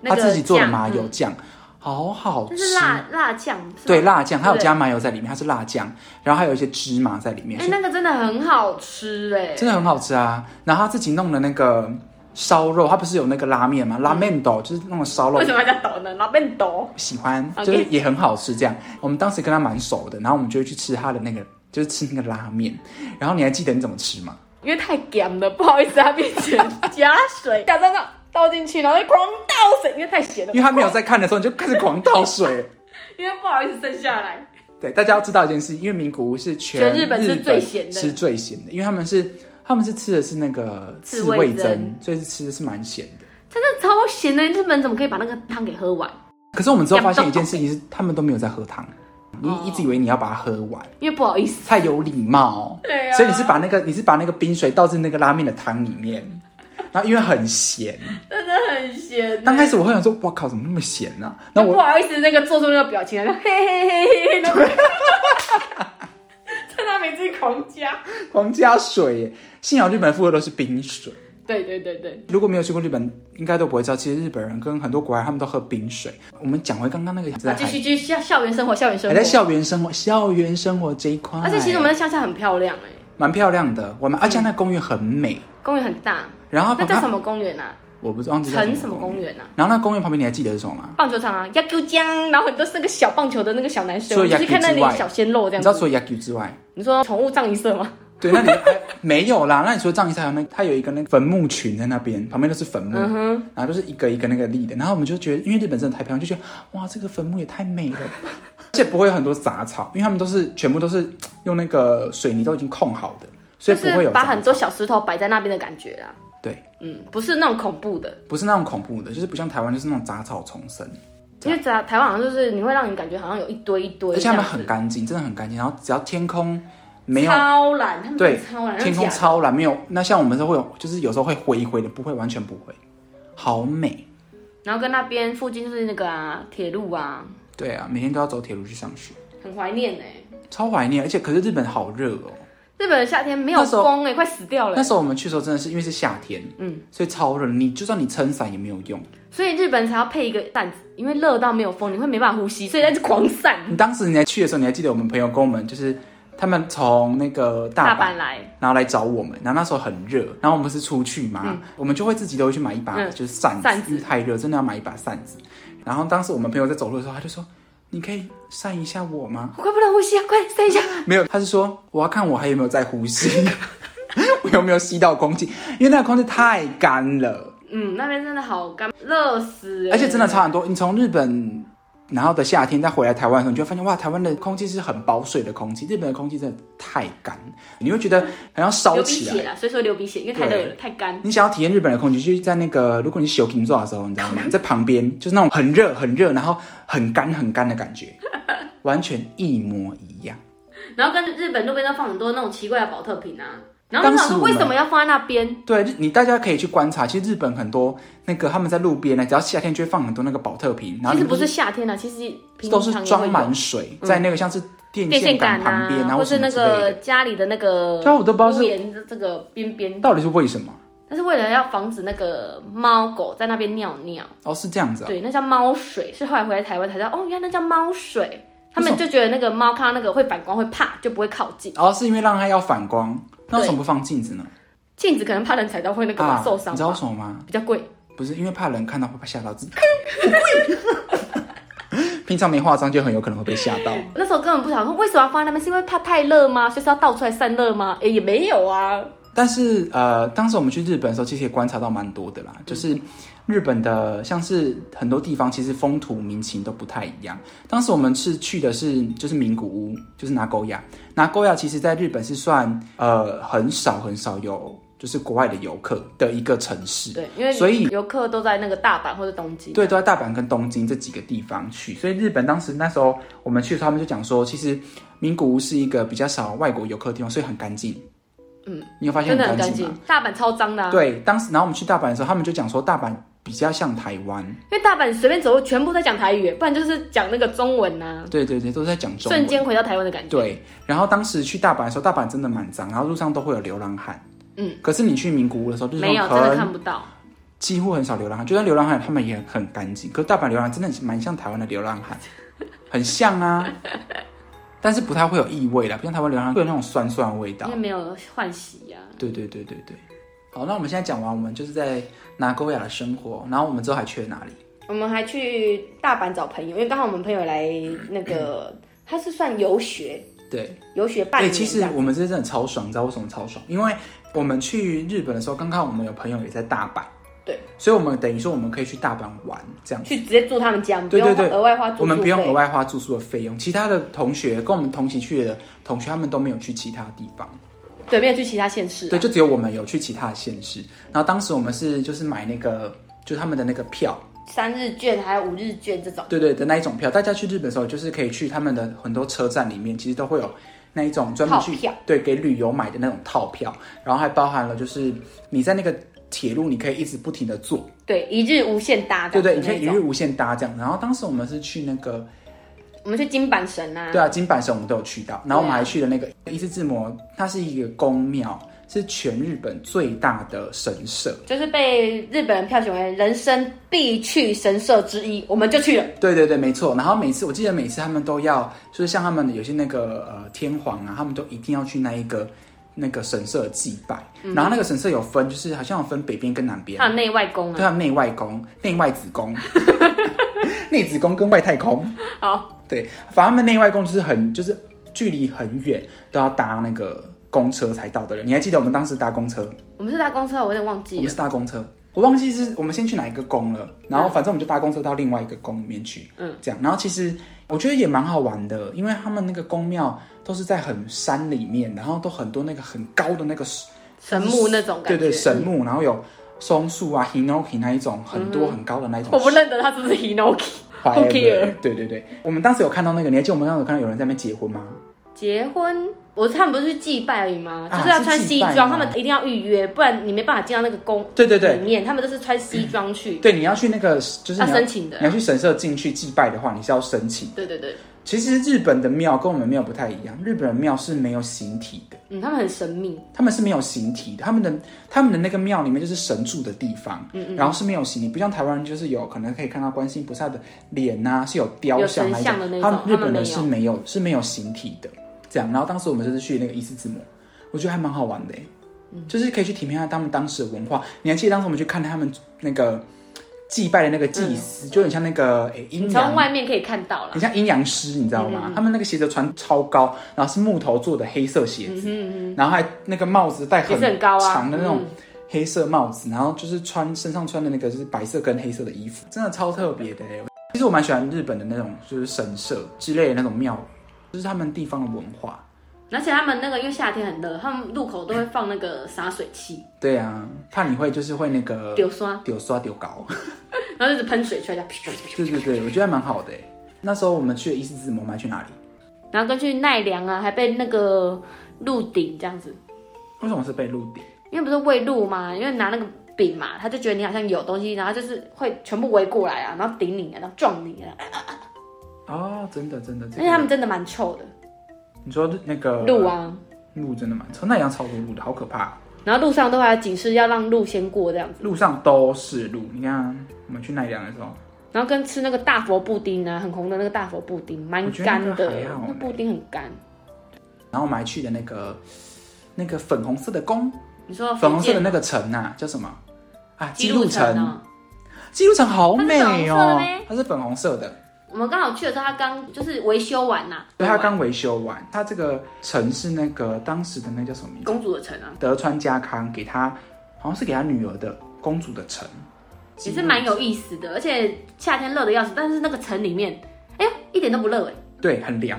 Speaker 1: 那个
Speaker 3: 他自己做的
Speaker 1: 酱
Speaker 3: 麻油
Speaker 1: 嗯
Speaker 3: 酱，好好
Speaker 1: 这
Speaker 3: 吃。
Speaker 1: 是辣辣酱，是吗
Speaker 3: 对，辣酱，它有
Speaker 1: 对
Speaker 3: 加麻油在里面，它是辣酱，然后还有一些芝麻在里面，
Speaker 1: 哎、
Speaker 3: 所以
Speaker 1: 那个真的很好吃哎、
Speaker 2: <laughs>
Speaker 3: 真的很好吃啊。然后他自己弄的那个烧肉，他不是有那个拉面吗？拉面斗就是那种烧肉
Speaker 1: 嗯为，什么要叫抖呢？老变抖，
Speaker 3: 喜欢，
Speaker 1: OK
Speaker 3: 就是也很好吃。这样，我们当时跟他蛮熟的，然后我们就会去吃他的那个，就是吃那个拉面。然后你还记得你怎么吃吗？
Speaker 2: 因为太咸了，不好意思，它变成加水，加上那倒进去，然后就狂倒水，因为太咸
Speaker 1: 呃
Speaker 2: 了
Speaker 3: 因，为他没有在看的时候，你就开始狂
Speaker 1: <laughs>
Speaker 3: 倒水。
Speaker 1: 因为不好意思剩下来。
Speaker 3: 对，大家要知道一件事，因为名古屋是全
Speaker 1: 全日本是最咸的
Speaker 3: 是最咸的，因为他们是他们是吃的是那个
Speaker 1: 刺
Speaker 3: 刺
Speaker 1: 猬
Speaker 3: 味
Speaker 1: 针
Speaker 3: 针，所以是吃的是蛮咸的。
Speaker 1: 真的超咸的，日本怎么可以把那个汤给喝完？
Speaker 3: 可是我们之后发现一件事情是，他们都没有在喝汤，你
Speaker 1: 哦
Speaker 3: 一直以为你要把它喝完，
Speaker 1: 因为不好意思，
Speaker 3: 太有礼貌。
Speaker 2: 对啊
Speaker 3: 所以你是把那个你是把那个冰水倒进那个拉面的汤里面，然后因为很咸，
Speaker 2: 真的很咸。哎
Speaker 3: 刚开始我会想说，哇靠，怎么那么咸呢、然后
Speaker 2: 不
Speaker 3: 我
Speaker 2: 好意思，那个做出那个表情来，就嘿嘿嘿嘿，然后趁他没自己狂加。
Speaker 3: 狂加水耶，幸好日本附的都是冰水。
Speaker 2: 对对对对，
Speaker 3: 如果没有去过日本，应该都不会知道，其实日本人跟很多国外他们都喝冰水。我们讲回刚刚那个在
Speaker 1: 啊继续继续校校园生活，校园生
Speaker 3: 还
Speaker 1: 活。
Speaker 3: 在校园生活，校园生活这一块，
Speaker 1: 而且其实我们在乡下很漂亮哎、
Speaker 3: 蛮漂亮的，我们而且那公园很美。
Speaker 1: 公园很大，
Speaker 3: 然后
Speaker 1: 那
Speaker 3: 旁
Speaker 1: 叫什
Speaker 3: 边
Speaker 1: 么公园啊？
Speaker 3: 我啊不知道忘记叫
Speaker 1: 城什么公
Speaker 3: 园。
Speaker 1: 园啊？
Speaker 3: 然后那公园旁边你还记得是什么吗？
Speaker 1: 棒球场啊，亚 Q 江，然后很多是那个小棒球的那个小男生，
Speaker 3: 除
Speaker 1: 我
Speaker 3: 了
Speaker 1: 们去
Speaker 3: Yaku
Speaker 1: 看那
Speaker 3: 之
Speaker 1: 里
Speaker 3: 外
Speaker 1: 小鲜肉这
Speaker 3: 你
Speaker 1: 样
Speaker 3: 知道除
Speaker 1: 子。
Speaker 3: 了 Yaku 之外，
Speaker 1: 你说宠物葬仪社吗？
Speaker 3: 对，那里还没有啦。那你除了葬仪社，还有那它有一个那个坟墓群在那边，旁边都是坟墓，
Speaker 1: 嗯
Speaker 3: 然后就是一个一个那个立的。然后我们就觉得，因为日本真的太漂亮，就觉得哇，这个坟墓也太美了，而且不会有很多杂草，因为他们都是全部都是用那个水泥都已经控好的，所
Speaker 1: 就
Speaker 3: 以不会
Speaker 1: 是
Speaker 3: 有
Speaker 1: 把
Speaker 3: 杂
Speaker 1: 很多小石头摆在那边的感觉啦。
Speaker 3: 对，
Speaker 1: 嗯，不是那种恐怖的，
Speaker 3: 不是那种恐怖的，就是不像台湾就是那种杂草丛生，
Speaker 1: 因为在台湾好像就是你会让你感觉好像有一堆一堆
Speaker 3: 啊而且
Speaker 1: 这
Speaker 3: 他
Speaker 1: 样
Speaker 3: 们
Speaker 1: 子，
Speaker 3: 很干净，真的很干净。然后只要天空没有
Speaker 1: 超蓝，他们
Speaker 3: 对
Speaker 1: 超蓝，
Speaker 3: 天
Speaker 1: 那
Speaker 3: 空
Speaker 1: 假的
Speaker 3: 超蓝，没有那像我们是会有，就是有时候会灰灰的，不会完全不会，好美。
Speaker 1: 然后跟那边附近就是那个啊铁路啊，
Speaker 3: 对啊，每天都要走铁路去上学，
Speaker 1: 很怀念哎、
Speaker 3: 超怀念。而且可是日本好热哦，
Speaker 1: 日本的夏天没有
Speaker 3: 那时候
Speaker 1: 风哎、快死掉了欸、
Speaker 3: 那时候我们去的时候真的是因为是夏天，嗯，所以超热，你就算你撑伞也没有用。
Speaker 1: 所以日本才要配一个扇子，因为热到没有风，你会没办法呼吸，所以那就狂扇。
Speaker 3: 你当时你还去的时候，你还记得我们朋友跟我们就是。他们从那个
Speaker 1: 大
Speaker 3: 大阪，
Speaker 1: 阪来，
Speaker 3: 然后来找我们，然后那时候很热，然后我们是出去嘛，我们就会自己都会去买一把、
Speaker 1: 嗯
Speaker 3: 就是扇子，
Speaker 1: 扇子
Speaker 3: 因为太热，真的要买一把扇子。然后当时我们朋友在走路的时候，他就说：“你可以扇一下我吗？”
Speaker 1: 我快不能呼吸啊！快扇一下。
Speaker 3: 没有，他是说我要看我还有没有在呼吸， <laughs> 我有没有吸到空气，因为那个空气太干了，
Speaker 1: 嗯，那边真的好干，热死欸、
Speaker 3: 而且真的差很多。你从日本然后的夏天再回来台湾的时候，你就会发现哇，台湾的空气是很薄水的空气，日本的空气真的太干，你会觉得好像烧
Speaker 1: 流鼻
Speaker 3: 起
Speaker 1: 血
Speaker 3: 来。
Speaker 1: 啦，所以说流鼻血，因为太热了，
Speaker 3: 对
Speaker 1: 太干。
Speaker 3: 你想要体验日本的空气，就是在那个如果你是修金座的时候，你知道吗？在旁边就是那种很热很热，然后很干很干的感觉，完全一模一样。
Speaker 1: 然后跟日本路边都放很多那种奇怪的保特瓶啊。然后我想
Speaker 3: 当时
Speaker 1: 说，
Speaker 3: 我们
Speaker 1: 为什么要放在那边？
Speaker 3: 对，日你大家可以去观察，其实日本很多那个他们在路边呢，只要夏天就会放很多那个保特瓶，然后
Speaker 1: 其实
Speaker 3: 你
Speaker 1: 不是夏天啊，其实平
Speaker 3: 都是
Speaker 1: 常也会
Speaker 3: 装
Speaker 1: 有
Speaker 3: 满水，在那个像是电
Speaker 1: 电线
Speaker 3: 杆
Speaker 1: 杆
Speaker 3: 旁边，
Speaker 1: 啊，
Speaker 3: 然
Speaker 1: 或
Speaker 3: 后
Speaker 1: 是
Speaker 3: 什么
Speaker 1: 那
Speaker 3: 之类的
Speaker 1: 个家里的那个，
Speaker 3: 对啊我都不知道是
Speaker 1: 屋檐的这个边边，
Speaker 3: 到底是为什么？
Speaker 1: 但是为了要防止那个猫狗在那边尿尿，
Speaker 3: 哦，是这样子啊，
Speaker 1: 对，那叫猫水，是后来回来台湾才知道，哦，原来那叫猫水。他们就觉得那个猫看到那个会反光会怕，就不会靠近。
Speaker 3: 哦，是因为让它要反光，那为什么不放镜子呢？
Speaker 1: 镜子可能怕人踩到会那个
Speaker 3: 啊
Speaker 1: 受，伤
Speaker 3: 你知道为
Speaker 1: 吧，
Speaker 3: 什么吗？
Speaker 1: 比较贵。
Speaker 3: 不是因为怕人看到会被吓
Speaker 1: <laughs>
Speaker 3: 到自 <laughs> 己，平常没化妆就很有可能会被吓到。
Speaker 1: 那时候根本不想说为什么要放在那边，是因为怕太热吗？就是要倒出来散热吗？哎、也没有啊。
Speaker 3: 但是呃，当时我们去日本的时候，其实也观察到蛮多的
Speaker 1: 嗯
Speaker 3: 啦，就是日本的像是很多地方其实风土民情都不太一样。当时我们是去的是就是名古屋，就是拿沟亚，拿沟亚其实在日本是算呃很少很少有就是国外的游客的一个城市，
Speaker 1: 对，因为
Speaker 3: 所以
Speaker 1: 游客都在那个大阪或者东京。
Speaker 3: 对，都在大阪跟东京这几个地方去，所以日本当时那时候我们去的时候，他们就讲说，其实名古屋是一个比较少外国游客的地方，所以很干净。嗯，你有发现
Speaker 1: 真的很
Speaker 3: 很
Speaker 1: 干
Speaker 3: 净吗
Speaker 1: 净？，大阪超脏的、啊。，
Speaker 3: 对，当时然后我们去大阪的时候，他们就讲说大阪比较像台湾，
Speaker 1: 因为大阪随便走路全部在讲台语，不然就是讲那个中文呐、
Speaker 3: 对对对，都在讲中文。
Speaker 1: 嗯瞬间回到台湾的感觉。
Speaker 3: 对，然后当时去大阪的时候，大阪真的蛮脏，然后路上都会有流浪汉。
Speaker 1: 嗯，
Speaker 3: 可是你去名古屋的时候，就是
Speaker 1: 没有，真的看
Speaker 3: 很
Speaker 1: 不到。
Speaker 3: 几乎很少流浪汉，就算流浪汉他们也很干净。可是大阪流浪汉真的蛮像台湾的流浪汉，很像
Speaker 1: <laughs>
Speaker 3: 啊，但是不太会有异味啦，不像台湾流浪汉会有那种酸酸的味道
Speaker 1: 因为。没有换洗啊呀、
Speaker 3: 对对对对对。好，那我们现在讲完我们就是在拿沟雅的生活，然后我们之后还去了哪里？
Speaker 1: 我们还去大阪找朋友，因为刚好我们朋友来那个，他是算游学，
Speaker 3: 嗯对，
Speaker 1: 游学半
Speaker 3: 哎，
Speaker 1: 年这
Speaker 3: 其
Speaker 1: 样。
Speaker 3: 实我们这真的超爽，你知道为什么超爽？因为我们去日本的时候，刚刚我们有朋友也在大阪，
Speaker 1: 对，
Speaker 3: 所以我们等于说我们可以去大阪玩这样。
Speaker 1: 去直接住他们家，我们不
Speaker 3: 对
Speaker 1: 用
Speaker 3: 对对，
Speaker 1: 额外花住宿
Speaker 3: 我们不用
Speaker 1: 费
Speaker 3: 额外花住宿的费用。其他的同学跟我们同期去的同学，他们都没有去其他地方，
Speaker 1: 对，没有去其他县市、啊。
Speaker 3: 对，就只有我们有去其他的县市。然后当时我们是就是买那个就是他们的那个票，
Speaker 1: 三日券还有五日券这种，
Speaker 3: 对对的那一种票，大家去日本的时候，就是可以去他们的很多车站里面，其实都会有那一种专门去
Speaker 1: 套票
Speaker 3: 对给旅游买的那种套票，然后还包含了就是你在那个铁路，你可以一直不停的坐，
Speaker 1: 对，一日无限搭的
Speaker 3: 对
Speaker 1: 那种，
Speaker 3: 对，你可以一日无限搭这样。然后当时我们是去那个，
Speaker 1: 我们去金板神啊，
Speaker 3: 对啊，金板神我们都有去到，然后我们还去了那个伊势志摩，它是一个宫庙，是全日本最大的神社。
Speaker 1: 就是被日本人票选为人生必去神社之一，我们就去了。
Speaker 3: 对对对，没错。然后每次我记得每次他们都要，就是像他们的有些那个呃天皇啊，他们都一定要去那一个那个神社祭拜。然后那个神社有分，就是好像有分北边跟南边
Speaker 1: 还，有内外公
Speaker 3: 对
Speaker 1: 啊，
Speaker 3: 啊，内外 <laughs> 宫、内外子宫、内子宫跟外太空。
Speaker 1: 好，
Speaker 3: 对，反正他们内外公就是很就是距离很远，都要搭那个公车才到的人。你还记得我们当时搭公车？
Speaker 1: 我们是搭公车，我有点忘
Speaker 3: 我
Speaker 1: 记
Speaker 3: 们
Speaker 1: 了。
Speaker 3: 是搭公车，我忘记是我们先去哪一个宫了，然后
Speaker 1: 嗯
Speaker 3: 反正我们就搭公车到另外一个宫里面去，嗯，这样。然后其实我觉得也蛮好玩的，因为他们那个宫庙都是在很山里面，然后都很多那个很高的那个
Speaker 1: 神木那种感觉，嗯
Speaker 3: 对对神木，然后有松树啊、hinoki 那一种很多很高的那一种
Speaker 1: 我不认得他是不是 Hinoki。
Speaker 3: Whatever，
Speaker 1: care
Speaker 3: 对对对，我们当时有看到那个，你还记得我们当时有看到有人在那边结婚吗？
Speaker 1: 结婚，我他们不是去祭拜而已吗？
Speaker 3: 啊
Speaker 1: 就是要穿
Speaker 3: 是
Speaker 1: 西
Speaker 3: 祭拜吗
Speaker 1: 装，他们一定要预约，不然你没办法进到那个宫
Speaker 3: 对对对
Speaker 1: 里，面。他们都是穿西装去，
Speaker 3: 对，你要去那个就是
Speaker 1: 要
Speaker 3: 你要
Speaker 1: 申啊请的
Speaker 3: 你要去神社进去祭拜的话，你是要申请。
Speaker 1: 对对对，
Speaker 3: 其实日本的庙跟我们庙不太一样，日本的庙是没有形体的，
Speaker 1: 嗯，他们很神秘，
Speaker 3: 他们是没有形体的，他们的他们的那个庙里面就是神住的地方，嗯嗯然后是没有形体，不像台湾人就是有可能可以看到观世音菩萨的脸呐、是有雕像
Speaker 1: 有神像的那
Speaker 3: 来
Speaker 1: 种
Speaker 3: 讲他们日本
Speaker 1: 他们没有
Speaker 3: 人是没有是没有形体的，这样。然后当时我们就是去那个伊势志摩，我觉得还蛮好玩的欸、
Speaker 1: 嗯
Speaker 3: 就是可以去体验一下他们当时的文化。你还记得当时我们去看他们那个祭拜的那个祭司，就很像那个诶阴
Speaker 1: 嗯你
Speaker 3: 阳
Speaker 1: 从外面可以看到了
Speaker 3: 很。像阴阳师，你知道
Speaker 1: 嗯
Speaker 3: 吗？他们那个鞋子穿超高，然后是木头做的黑色鞋子，
Speaker 1: 嗯
Speaker 3: 然后还那个帽子戴
Speaker 1: 也是很高啊
Speaker 3: 长的那种黑色帽子，然后就是穿身上穿的那个就是白色跟黑色的衣服，真的超特别的欸。其实我蛮喜欢日本的那种就是神社之类的那种庙宇，就是他们地方的文化。
Speaker 1: 而且他们那个因为夏天很热，他们路口都会放那个洒水器，
Speaker 3: 对啊，怕你会就是会那个
Speaker 1: 丢刷，
Speaker 3: 丢刷丢高。 <laughs>
Speaker 1: 然后就是喷水出来，噗噗噗
Speaker 3: 对对对，我觉得还蛮好的欸。那时候我们去伊势志摩，我们还去哪里？
Speaker 1: 然后跟去奈良啊，还被那个鹿顶这样子，
Speaker 3: 为什么是被鹿顶？
Speaker 1: 因为不是喂鹿吗？因为拿那个饼嘛，他就觉得你好像有东西，然后就是会全部围过来啊，然后顶你啊，然后撞你啊，
Speaker 3: 哦，真的真的，这
Speaker 1: 而
Speaker 3: 个
Speaker 1: 且他们真的蛮臭的
Speaker 3: 你说那个
Speaker 1: 鹿啊，
Speaker 3: 路真的蛮臭，那样超多路的，好可怕。
Speaker 1: 然后路上都还有警示要让鹿先过这样子，
Speaker 3: 路上都是路，你看我们去奈良的时候，
Speaker 1: 然后跟吃那个大佛布丁啊，很红的那个大佛布丁，蛮
Speaker 3: 我觉得
Speaker 1: 干
Speaker 3: 那个
Speaker 1: 的
Speaker 3: 还，好欸
Speaker 1: 那布丁很干。
Speaker 3: 然后我们还去的那个那个粉红色的宫，
Speaker 1: 你说
Speaker 3: 粉红色的
Speaker 1: 那
Speaker 3: 那个城啊，叫什么
Speaker 1: 哦
Speaker 3: 啊？
Speaker 1: 记
Speaker 3: 鹿
Speaker 1: 录
Speaker 3: 城，
Speaker 1: 啊？
Speaker 3: 记录城好美哦
Speaker 1: 它是粉红色的咩，
Speaker 3: 它是粉红色的，
Speaker 1: 我们刚好去的时候，他刚就是维修完呐、
Speaker 3: 对，它刚维修完，它这个城是那个当时的那叫什么名字？
Speaker 1: 公主的城啊，
Speaker 3: 德川家康给他，好像是给他女儿的公主的城，
Speaker 1: 也是蛮有意思的，而且夏天热的要死，但是那个城里面，哎呦一点都不热哎、
Speaker 3: 对，很凉，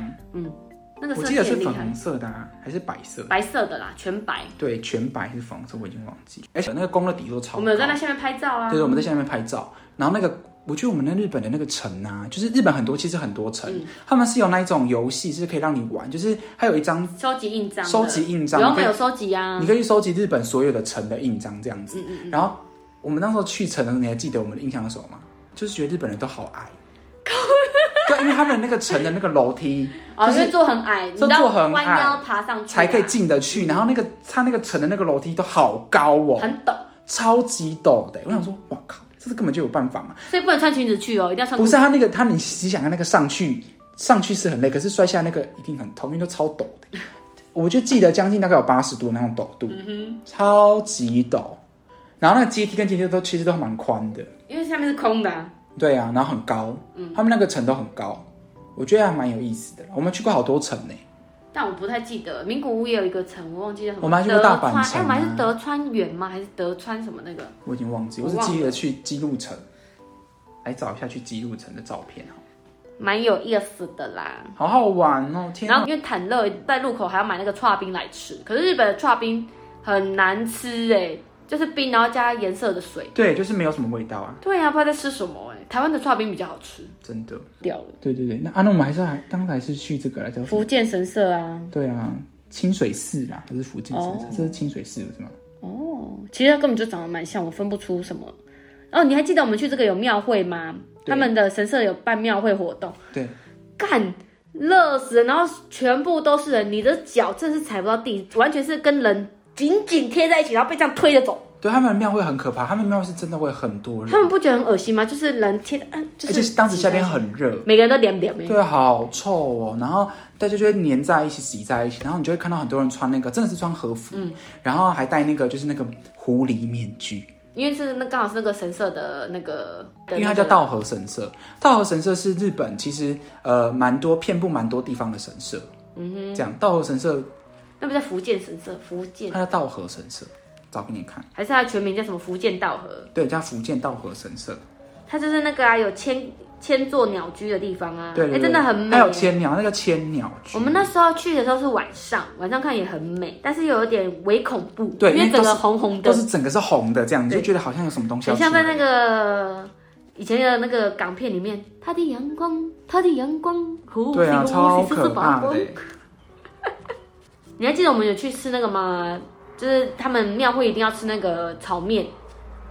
Speaker 1: 那个
Speaker 3: 我
Speaker 1: 设
Speaker 3: 记
Speaker 1: 计
Speaker 3: 得是
Speaker 1: 很厉
Speaker 3: 粉
Speaker 1: 害
Speaker 3: 红，色的、啊、还是白色的？
Speaker 1: 白色的啦，全白。
Speaker 3: 对，全白还是粉红色，我已经忘记。而且那个宫的底座超
Speaker 1: 我
Speaker 3: 高，
Speaker 1: 们有在那下面拍照啊，
Speaker 3: 就是我们在下面拍照，然后那个。我觉得我们那日本的那个城啊，就是日本很多，其实很多城，
Speaker 1: 嗯
Speaker 3: 他们是有那一种游戏是可以让你玩，就是还有一张，
Speaker 1: 收集印章的，
Speaker 3: 收集印章
Speaker 1: 有我
Speaker 3: 你可
Speaker 1: 们
Speaker 3: 以
Speaker 1: 有收集啊
Speaker 3: 你，可以去收集日本所有的城的印章这样子。
Speaker 1: 嗯
Speaker 3: 然后我们那时候去城的时候，你还记得我们的印象是什么吗？就是觉得日本人都好矮，对，因为他们那个城的那个
Speaker 1: <laughs>
Speaker 3: 楼梯
Speaker 1: 哦，
Speaker 3: 就是
Speaker 1: 因为坐很矮，你
Speaker 3: 就
Speaker 1: 知
Speaker 3: 坐
Speaker 1: 道
Speaker 3: 很矮
Speaker 1: 弯腰爬上去啊
Speaker 3: 才可以进得去，然后那个他那个城的那个楼梯都好高哦，
Speaker 1: 很陡，
Speaker 3: 超级陡的。我想说，哇靠，这是根本就有办法嘛。
Speaker 1: 所以不能穿裙子去哦，一定要穿
Speaker 3: 不
Speaker 1: 裤
Speaker 3: 是啊
Speaker 1: 子。
Speaker 3: 他那个，他你你想看那个上去上去是很累，可是摔下那个一定很痛，因为都超陡
Speaker 1: <laughs>
Speaker 3: 的。我就记得将近大概有八十度那种陡度，
Speaker 1: 嗯
Speaker 3: 超级陡。然后那个阶梯跟阶梯都其实都蛮宽的，
Speaker 1: 因为下面是空的、啊，
Speaker 3: 对啊，然后很高，
Speaker 1: 嗯
Speaker 3: 他们那个城都很高，我觉得还蛮有意思的。我们去过好多城呢、
Speaker 1: 但我不太记得名古屋也有一个城，我忘记叫什么。
Speaker 3: 我们还去过大阪城啊
Speaker 1: 德川哎，我们还是德川园吗？还是德川什么那个？
Speaker 3: 我已经忘记，
Speaker 1: 我
Speaker 3: 我只
Speaker 1: 忘
Speaker 3: 记得去姬路城，来找一下去姬路城的照片哦
Speaker 1: 蛮有意思的啦。
Speaker 3: 好好玩哦！天
Speaker 1: 然
Speaker 3: 啊
Speaker 1: 后，因为坦乐在路口还要买那个刨冰来吃，可是日本的刨冰很难吃哎、就是冰然后加颜色的水。
Speaker 3: 对，就是没有什么味道啊，
Speaker 1: 对呀、不知道在吃什么哎、台湾的刨冰比较好吃，
Speaker 3: 真的。
Speaker 1: 掉了。
Speaker 3: 对对对，那阿那我们还是还当时还是去这个来叫什么
Speaker 1: 福建神社啊，
Speaker 3: 对啊，清水寺啦，这是福建省，
Speaker 1: 哦
Speaker 3: 这是清水寺不是吗？
Speaker 1: 哦，哦，其实他根本就长得蛮像，我分不出什么。哦，你还记得我们去这个有庙会吗？
Speaker 3: 对
Speaker 1: 他们的神社有办庙会活动，
Speaker 3: 对，
Speaker 1: 干热死了，然后全部都是人，你的脚真是踩不到地，完全是跟人紧紧贴在一起，然后被这样推着走。
Speaker 3: 对，他们的庙会很可怕，他们庙会是真的会很多人
Speaker 1: 他，们不觉得很恶心吗？就是人贴的，嗯，就
Speaker 3: 而
Speaker 1: 嗯
Speaker 3: 且
Speaker 1: 是
Speaker 3: 是当时夏天很热，
Speaker 1: 每个人都凉凉欸
Speaker 3: 对，好臭哦。然后大家就会粘在一起、挤在一起，然后你就会看到很多人穿那个，真的是穿和服，
Speaker 1: 嗯
Speaker 3: 然后还戴那个就是那个狐狸面具，
Speaker 1: 因为是那刚好是那个神社的那个，的
Speaker 3: 因为它
Speaker 1: 那个
Speaker 3: 叫道和神社。道和神社是日本其实呃蛮多遍布蛮多地方的神社，嗯哼，这样道和神社
Speaker 1: 那不在福建神社，福建
Speaker 3: 它叫道和神社，找给你看，
Speaker 1: 还是它的全名叫什么福建道和？
Speaker 3: 对，叫福建道和神社，
Speaker 1: 它就是那个啊，有千千座鸟居的地方啊，
Speaker 3: 对对
Speaker 1: 哎
Speaker 3: 对，
Speaker 1: 真的很美。
Speaker 3: 还有千鸟，那叫千鸟居
Speaker 1: 我们那时候去的时候是晚上，晚上看也很美，但是又有点微恐怖，
Speaker 3: 对
Speaker 1: 因为
Speaker 3: 因为
Speaker 1: 整
Speaker 3: 都
Speaker 1: 个
Speaker 3: 是
Speaker 1: 红红的
Speaker 3: 都，是整个是红的，这样你就
Speaker 1: 对
Speaker 3: 觉得好像有什么东西要
Speaker 1: 很
Speaker 3: 出来，
Speaker 1: 像在那个以前的那个港片里面，它的阳光，它的阳光，呼
Speaker 3: 对啊，
Speaker 1: 呼
Speaker 3: 超
Speaker 1: 呼是
Speaker 3: 可怕的
Speaker 1: 光
Speaker 3: 欸。
Speaker 1: 你还记得我们有去吃那个吗？就是他们庙会一定要吃那个炒面，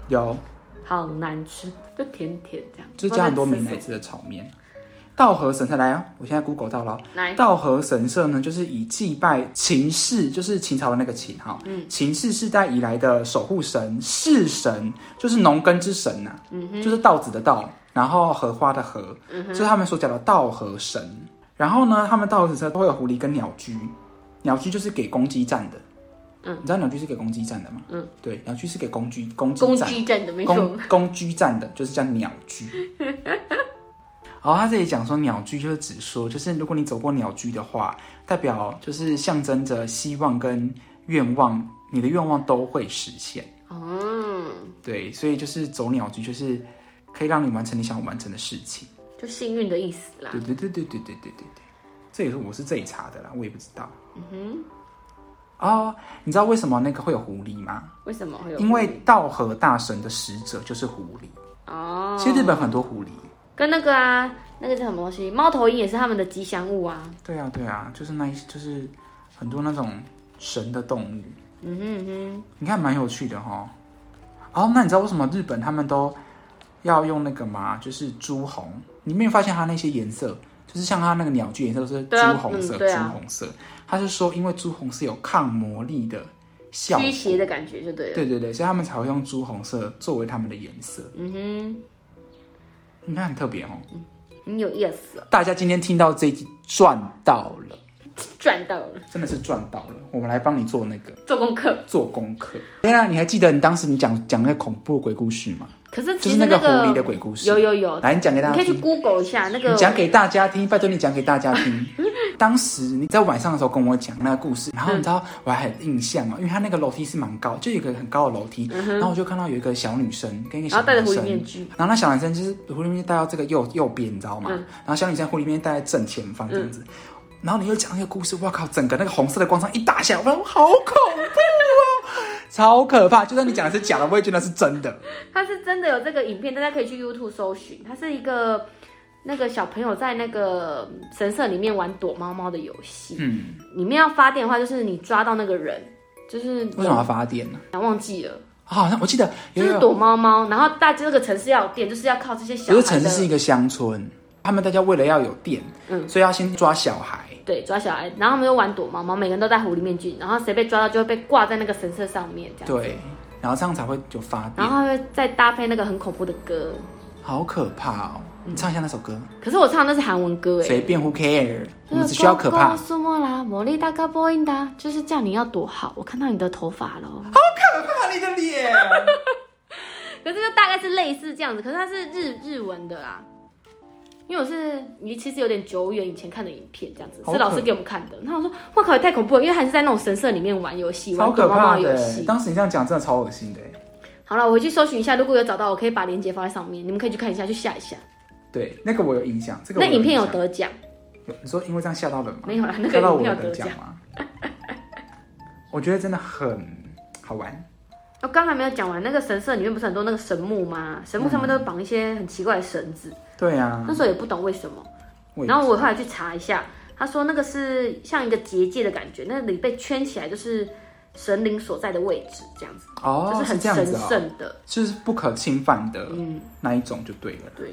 Speaker 3: 有，
Speaker 1: 好难吃，就甜甜这样，
Speaker 3: 就是加很多
Speaker 1: 不知
Speaker 3: 美
Speaker 1: 道在
Speaker 3: 乃
Speaker 1: 吃什
Speaker 3: 滋的炒面。道和神社来啊！我现在 Google 到了哦。
Speaker 1: 么。来，
Speaker 3: 道和神社呢，就是以祭拜秦氏，就是秦朝的那个秦哈，
Speaker 1: 嗯
Speaker 3: 秦氏世代以来的守护神氏神，就是农耕之神呐、
Speaker 1: 嗯
Speaker 3: 就是稻子的稻，然后荷花的荷，就是他们所讲的稻荷神。然后呢，他们稻荷神社都会有狐狸跟鸟居，鸟居就是给公鸡站的。
Speaker 1: 嗯，
Speaker 3: 你知道鸟居是给公鸡站的吗？嗯，对，鸟居是给公鸡公鸡
Speaker 1: 公
Speaker 3: 站。
Speaker 1: 鸡站的没错
Speaker 3: 公，公居站的，就是叫鸟居。然后他这里讲说，鸟居就是指说，就是如果你走过鸟居的话，代表就是象征着希望跟愿望，你的愿望都会实现。
Speaker 1: 嗯，
Speaker 3: 对，所以就是走鸟居，就是可以让你完成你想完成的事情。
Speaker 1: 就幸运的意思啦。
Speaker 3: 对对对对对对对对对，这也是我是这里查的啦，我也不知道。嗯哼。哦，你知道为什么那个会有狐狸吗？
Speaker 1: 为什么会有？
Speaker 3: 因为道和大神的使者就是狐狸。
Speaker 1: 哦，
Speaker 3: 其实日本很多狐狸。
Speaker 1: 跟那个啊，那个叫什么东西？猫头鹰也是他们的吉祥物啊。
Speaker 3: 对啊，对啊，就是那一就是很多那种神的动物，
Speaker 1: 嗯哼嗯
Speaker 3: 你看蛮有趣的哈、哦。哦，那你知道为什么日本他们都要用那个吗？就是朱红，你没有发现它那些颜色，就是像它那个鸟居颜色都是朱
Speaker 1: 对啊
Speaker 3: 红色，
Speaker 1: 嗯对啊
Speaker 3: 朱红色。他是说，因为朱红是有抗魔力的效
Speaker 1: 哼，
Speaker 3: 果
Speaker 1: 驱，邪的感觉就对了。
Speaker 3: 对对对，所以他们才会用朱红色作为他们的颜色。
Speaker 1: 嗯哼，
Speaker 3: 你看很特别哦。
Speaker 1: 嗯你有意思哦，
Speaker 3: 大家今天听到这一集赚到了，
Speaker 1: 赚到了，
Speaker 3: 真的是赚到了。我们来帮你做那个。
Speaker 1: 做功课。
Speaker 3: 做功课。对啊，你还记得你当时你讲讲那个恐怖的鬼故事吗？
Speaker 1: 可是
Speaker 3: 就
Speaker 1: 其
Speaker 3: 是
Speaker 1: 实
Speaker 3: 那
Speaker 1: 个
Speaker 3: 个狐狸的鬼故事。
Speaker 1: 有有有，
Speaker 3: 来，你讲给大
Speaker 1: 你可
Speaker 3: 家
Speaker 1: 以去
Speaker 3: 听。
Speaker 1: Google 一下那个
Speaker 3: 你讲给大家听，拜托你讲给大家
Speaker 1: <laughs>
Speaker 3: 听。当时你在晚上的时候跟我讲那个故事，
Speaker 1: 嗯
Speaker 3: 然后你知道我还很印象哦，因为它那个楼梯是蛮高，就有一个很高的楼梯，然后我就看到有一个小女生跟一个
Speaker 1: 嗯
Speaker 3: 小
Speaker 1: 然后戴着
Speaker 3: 男
Speaker 1: 狐狸
Speaker 3: 生，
Speaker 1: 面具
Speaker 3: 然后那小男生就是狐狸面具戴到这个右右边，你知道
Speaker 1: 嗯
Speaker 3: 吗？然后小女生狐狸面具戴在正前方这样子。然后你又讲那个故事，哇靠！整个那个红色的光上一打下来，我说好恐怖哦， <laughs> 超可怕！就算你讲的是假的，我也觉得是真的。
Speaker 1: 它是真的有这个影片，大家可以去 YouTube 搜寻。它是一个那个小朋友在那个神社里面玩躲猫猫的游戏，
Speaker 3: 嗯，
Speaker 1: 里面要发电的话，就是你抓到那个人，就是
Speaker 3: 为什么要发电呢、
Speaker 1: 忘记了，
Speaker 3: 啊？好像我记得
Speaker 1: 就
Speaker 3: 有一
Speaker 1: 是
Speaker 3: 个
Speaker 1: 躲猫猫。然后大家这个城市要有电，就是要靠这些小
Speaker 3: 有
Speaker 1: 孩的。
Speaker 3: 的城市是一个乡村，他们大家为了要有电，
Speaker 1: 嗯
Speaker 3: 所以要先抓小孩，
Speaker 1: 对抓小孩，然后他们就玩躲猫猫，每个人都戴狐狸面具，然后谁被抓到就会被挂在那个神社上面这样。
Speaker 3: 对，然后这样才会有发
Speaker 1: 然
Speaker 3: 电，
Speaker 1: 后他会再搭配那个很恐怖的歌，
Speaker 3: 好可怕哦！
Speaker 1: 嗯
Speaker 3: 你唱一下那首歌，
Speaker 1: 可是我唱的那是韩文歌哎、
Speaker 3: 随便 Who care，我
Speaker 1: 那
Speaker 3: 们
Speaker 1: 个
Speaker 3: 只需要可怕，
Speaker 1: Coco 苏莫拉，魔力大咖波音达，就是叫你要躲好。我看到你的头发了，
Speaker 3: <laughs> 怕你的脸。
Speaker 1: 可是就大概是类似这样子，可是它是日日文的啦。因为我是你其实有点久远以前看的影片，这样子
Speaker 3: 好
Speaker 1: 是
Speaker 3: 可
Speaker 1: 老师给我们看的。那我说，哇靠，也太恐怖了！因为还是在那种神社里面玩游戏，
Speaker 3: 超
Speaker 1: 玩躲
Speaker 3: 可
Speaker 1: 猫猫
Speaker 3: 怕
Speaker 1: 的游
Speaker 3: 的欸！
Speaker 1: 戏。
Speaker 3: 当时你这样讲真的超恶心的欸。
Speaker 1: 好了，我回去搜寻一下，如果有找到，我可以把链接放在上面，你们可以去看一下，去下一下。
Speaker 3: 对，那个我有印象，这个我
Speaker 1: 那影片有
Speaker 3: 印象
Speaker 1: 得奖
Speaker 3: 有你说因为这样吓到人吗？
Speaker 1: 没有啦？那个
Speaker 3: 吓到
Speaker 1: 影
Speaker 3: 我
Speaker 1: 片
Speaker 3: 有
Speaker 1: 有得
Speaker 3: 得
Speaker 1: 奖
Speaker 3: 奖。吗？ <laughs> 我觉得真的很好玩。
Speaker 1: 我哦刚还没有讲完，那个神社里面不是很多那个神木吗？神木上面都会绑一些很奇怪的绳子，
Speaker 3: 对啊
Speaker 1: 那，时候也不懂为什么。
Speaker 3: 我也
Speaker 1: 然后我后来去查一下，他说那个是像一个结界的感觉，那里被圈起来就是神灵所在的位置，这样子，
Speaker 3: 哦，
Speaker 1: 就是很
Speaker 3: 这样
Speaker 1: 神
Speaker 3: 子哦，
Speaker 1: 圣的。
Speaker 3: 就是不可侵犯的
Speaker 1: 嗯，
Speaker 3: 那一种就对了。
Speaker 1: 对。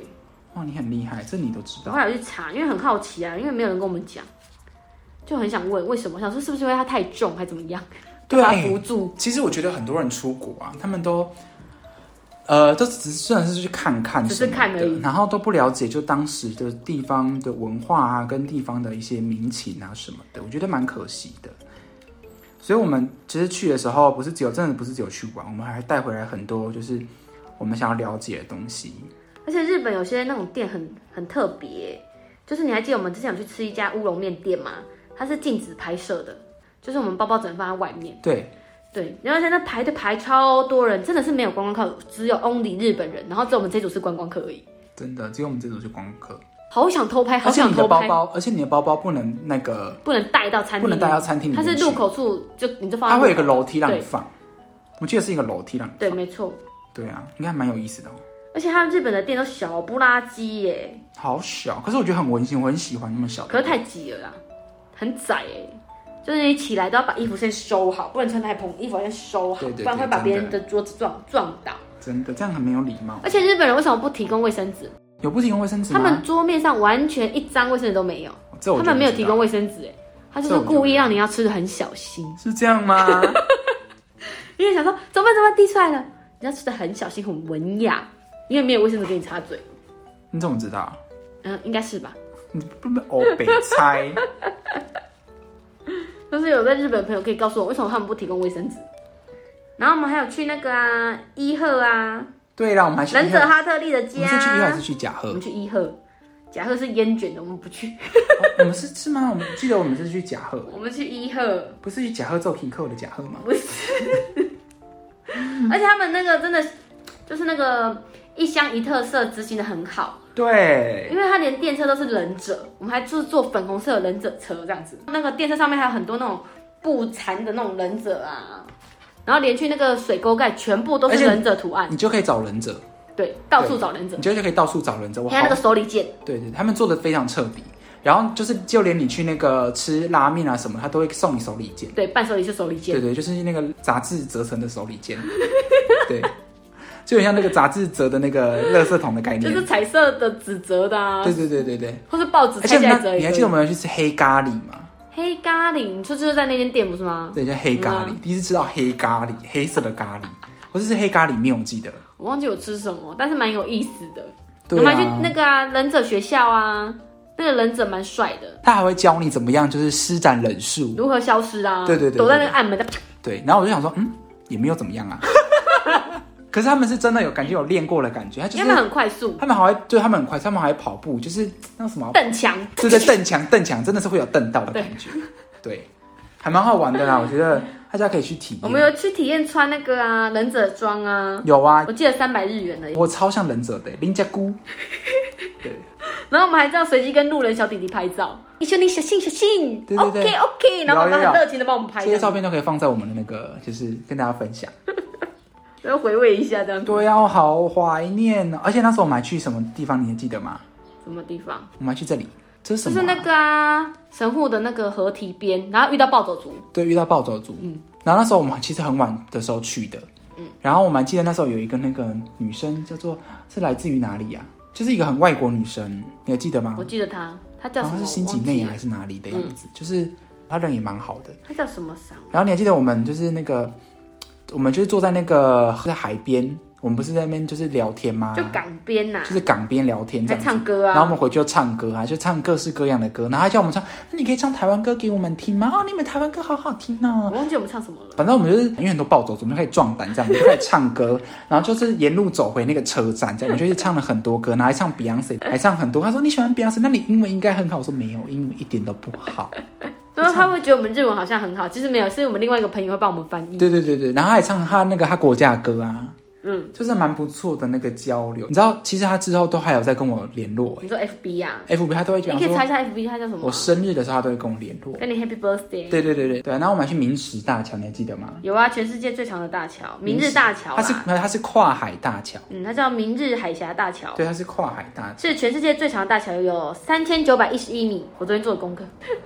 Speaker 3: 哇，你很厉害，这你都知
Speaker 1: 我
Speaker 3: 道
Speaker 1: 后。来去查，因为很好奇啊，因为没有人跟我们讲，就很想问为什么，想说是不是因为它太重还怎么样，
Speaker 3: 对
Speaker 1: 把它扶住。
Speaker 3: 其实我觉得很多人出国啊，他们都，呃，都只是虽然是去看看
Speaker 1: 只是
Speaker 3: 什么的
Speaker 1: 看而已
Speaker 3: 然后都不了解就当时的地方的文化啊，跟地方的一些民情啊什么的，我觉得蛮可惜的。所以我们其实去的时候，不是只有真的不是只有去玩，我们还带回来很多就是我们想要了解的东西。
Speaker 1: 而且日本有些那种店很很特别，就是你还记得我们之前有去吃一家乌龙面店吗？它是禁止拍摄的，就是我们包包只能放在外面。
Speaker 3: 对，
Speaker 1: 对，然后在那排队排超多人，真的是没有观光客，只有 only 日本人，然后只有我们这组是观光客而已。
Speaker 3: 真的只有我们这组就光客，
Speaker 1: 好想偷拍，好
Speaker 3: 而且
Speaker 1: 想
Speaker 3: 你的
Speaker 1: 偷
Speaker 3: 包
Speaker 1: 拍，
Speaker 3: 包，而且你的包包不能那个，
Speaker 1: 不能带到餐厅，
Speaker 3: 不能带到餐厅里
Speaker 1: 它
Speaker 3: 面去
Speaker 1: 是入口处就你就放在
Speaker 3: 它
Speaker 1: 入口，
Speaker 3: 会有一个楼梯让你
Speaker 1: 对
Speaker 3: 放。我记得是一个楼梯让你
Speaker 1: 对，
Speaker 3: 放。
Speaker 1: 没错。
Speaker 3: 对啊，应该蛮有意思的、哦。
Speaker 1: 而且它日本的店都小不拉几耶，
Speaker 3: 好小，可是我觉得很温馨，我很喜欢那么小的。
Speaker 1: 可是太挤了啦，很窄哎、就是你起来都要把衣服先收好，不能穿太蓬，衣服要先收好，
Speaker 3: 对对对
Speaker 1: 不然会把
Speaker 3: 真的
Speaker 1: 别人的桌子撞撞倒。
Speaker 3: 真的这样很没有礼貌。
Speaker 1: 而且日本人为什么不提供卫生纸？
Speaker 3: 有不提供卫生纸
Speaker 1: 他
Speaker 3: 吗？
Speaker 1: 们桌面上完全一张卫生纸都没有，
Speaker 3: 这我
Speaker 1: 他
Speaker 3: 就
Speaker 1: 们没有
Speaker 3: 不
Speaker 1: 提
Speaker 3: 知道
Speaker 1: 供卫生纸哎、他就是故意让你要吃的很小心，
Speaker 3: 是这样吗？ <laughs>
Speaker 1: 因为想说怎么办怎么办滴出来了，你要吃的很小心很文雅，因为没有卫生纸给你擦嘴，
Speaker 3: 你怎么知道？
Speaker 1: 嗯，应该是吧。
Speaker 3: 你不能哦，北
Speaker 1: <laughs>
Speaker 3: 猜。
Speaker 1: 就是有在日本的朋友可以告诉我，为什么他们不提供卫生纸？然后我们还有去那个啊，伊贺啊，
Speaker 3: 对啦，我们还是
Speaker 1: 忍者哈特利的
Speaker 3: 我们是去一
Speaker 1: 家
Speaker 3: 还，是去甲
Speaker 1: 我
Speaker 3: 贺
Speaker 1: 们？去伊贺，甲贺是烟卷的，我们不去， <laughs>
Speaker 3: 哦我们是是吗？我们记得我们是去甲贺，
Speaker 1: 我们去伊贺，
Speaker 3: 不是去甲贺做 Kiko 的甲贺吗？
Speaker 1: 不是。而且他们那个真的就是那个一乡一特色执行的很好，
Speaker 3: 对，
Speaker 1: 因为他连电车都是忍者，我们还就是坐粉红色的忍者车这样子，那个电车上面还有很多那种布缠的那种忍者啊。然后连去那个水沟盖，全部都
Speaker 3: 而
Speaker 1: 是
Speaker 3: 且
Speaker 1: 忍者图案。
Speaker 3: 你就可以找忍者，
Speaker 1: 对，到处找忍者
Speaker 3: 你，就就可以到处找忍者。我
Speaker 1: 看那
Speaker 3: 好
Speaker 1: 个，手里剑，
Speaker 3: 对对，他们做的非常彻底。然后就是，就连你去那个吃拉面啊什么，他都会送你手里剑。
Speaker 1: 对，伴手礼是手里
Speaker 3: 对
Speaker 1: 剑，
Speaker 3: 对，就是那个杂志折成的手里剑， <laughs> 对，就很像那个杂志折的那个垃圾桶的概
Speaker 1: 就
Speaker 3: 念。
Speaker 1: 是彩色的纸折的啊
Speaker 3: 对，对对对对，
Speaker 1: 或是报纸
Speaker 3: 而
Speaker 1: 拆
Speaker 3: 且
Speaker 1: 下来
Speaker 3: 那
Speaker 1: 折一
Speaker 3: 你还记得我
Speaker 1: 个。
Speaker 3: 们要去吃黑咖喱吗？
Speaker 1: 黑咖喱，你说就是在那间店不是吗？
Speaker 3: 对，叫黑咖喱，第一次吃到黑咖喱，黑色的咖喱，我是吃黑咖喱面，我记得。
Speaker 1: 我忘记我吃什么，但是蛮有意思的。
Speaker 3: 对
Speaker 1: 我们还去
Speaker 3: 啊，
Speaker 1: 那个啊忍者学校啊，那个忍者蛮帅的，
Speaker 3: 他还会教你怎么样，就是施展忍术。
Speaker 1: 如何消失啊？
Speaker 3: 对对对对
Speaker 1: 躲在那个暗门的，
Speaker 3: 对，然后我就想说，嗯，也没有怎么样啊。 <laughs> 可是他们是真的有感觉有练过的感觉，他就
Speaker 1: 因为
Speaker 3: 是
Speaker 1: 他们很快速，
Speaker 3: 他们还会对他们很快，他们还跑步，就是那个什么啊
Speaker 1: 蹬墙。
Speaker 3: 对对，蹬墙蹬墙真的是会有蹬到的感觉，对，还蛮好玩的啦，我觉得大家可以去体验。
Speaker 1: 我们有去体验穿那个啊忍者装啊，
Speaker 3: 有啊，
Speaker 1: 我记得三百日元而已。
Speaker 3: 我超像忍者的林家姑，
Speaker 1: 然后我们还这样随机跟路人小弟弟拍照，一兄弟小心小心
Speaker 3: 对对对
Speaker 1: ，OK OK，然后他们
Speaker 3: 有有
Speaker 1: 很
Speaker 3: 有
Speaker 1: 热情的帮我们拍
Speaker 3: 这些
Speaker 1: 这
Speaker 3: 照
Speaker 1: 样，
Speaker 3: 片都可以放在我们的那个，就是跟大家分享。
Speaker 1: 然后回味一下这样。
Speaker 3: 对啊，我好怀念哦！而且那时候我们还去什么地方，你还记得吗？
Speaker 1: 什么地方？
Speaker 3: 我们还去这里，这是
Speaker 1: 就
Speaker 3: 什么
Speaker 1: 是
Speaker 3: 啊、
Speaker 1: 那个啊，神户的那个河堤边，然后遇到暴走族，
Speaker 3: 对，遇到暴走族。嗯，然后那时候我们其实很晚的时候去的。嗯，然后我们还记得那时候有一个那个女生叫做是来自于哪里呀、啊就是一个很外国女生，你还记得吗？
Speaker 1: 我记得他，他叫
Speaker 3: 啊好
Speaker 1: 什么？
Speaker 3: 像是新
Speaker 1: 我
Speaker 3: 几
Speaker 1: 忘
Speaker 3: 内
Speaker 1: 记
Speaker 3: 亚
Speaker 1: 了嗯
Speaker 3: 啊还是哪里的样子，就是他人也蛮好的。
Speaker 1: 他叫什么赏？
Speaker 3: 然后你还记得我们就是那个，我们就是坐在那个在海边，我们不是在那边就是聊天吗？
Speaker 1: 就港边呐、
Speaker 3: 啊就是港边聊天这
Speaker 1: 还
Speaker 3: 样子。
Speaker 1: 唱歌
Speaker 3: 然后我
Speaker 1: 啊，
Speaker 3: 们回去就唱歌啊，就唱各式各样的歌，然后他叫我们唱，那你可以唱台湾歌给我们听吗？哦，你们台湾歌好好听
Speaker 1: 我
Speaker 3: 哦。
Speaker 1: 忘记我们唱什么了。
Speaker 3: 反正我们就是因为很多暴走族，我们就开始壮胆这样，我们就开始唱歌，然后就是沿路走回那个车站，这样我们就是唱了很多歌，然后还唱 Beyonce，还唱很多。他说你喜欢 Beyonce，那你英文应该很好。我说没有，英文一点都不好。
Speaker 1: 然后他会觉得我们日文好像很好，其实没有，是我们另外一个朋友会帮我们翻译。
Speaker 3: 对对对对，然后他还唱他那个他国家的歌啊，
Speaker 1: 嗯，
Speaker 3: 就是蛮不错的那个交流。你知道，其实他之后都还有在跟我联络、
Speaker 1: 你说 FB 啊，
Speaker 3: 欸、，FB 他都会
Speaker 1: 你
Speaker 3: 讲
Speaker 1: 可以
Speaker 3: 说
Speaker 1: 查一下 FB 他叫什么、
Speaker 3: 我
Speaker 1: 啊？
Speaker 3: 生日的时候他都会跟我联络。
Speaker 1: 跟你 Happy Birthday。
Speaker 3: 对对对对对，啊然后我们还去明石大桥，你还记得吗？
Speaker 1: 有啊，全世界最长的大桥，明
Speaker 3: 明
Speaker 1: 日
Speaker 3: 石
Speaker 1: 大桥啊
Speaker 3: 它是
Speaker 1: 啦。
Speaker 3: 没有，它是跨海大桥，
Speaker 1: 嗯，它叫明日海峡大桥，
Speaker 3: 对，它是跨海大桥。
Speaker 1: 是全世界最长的大桥，
Speaker 3: <laughs>
Speaker 1: 有三千九百一十一米。我昨天做的功课，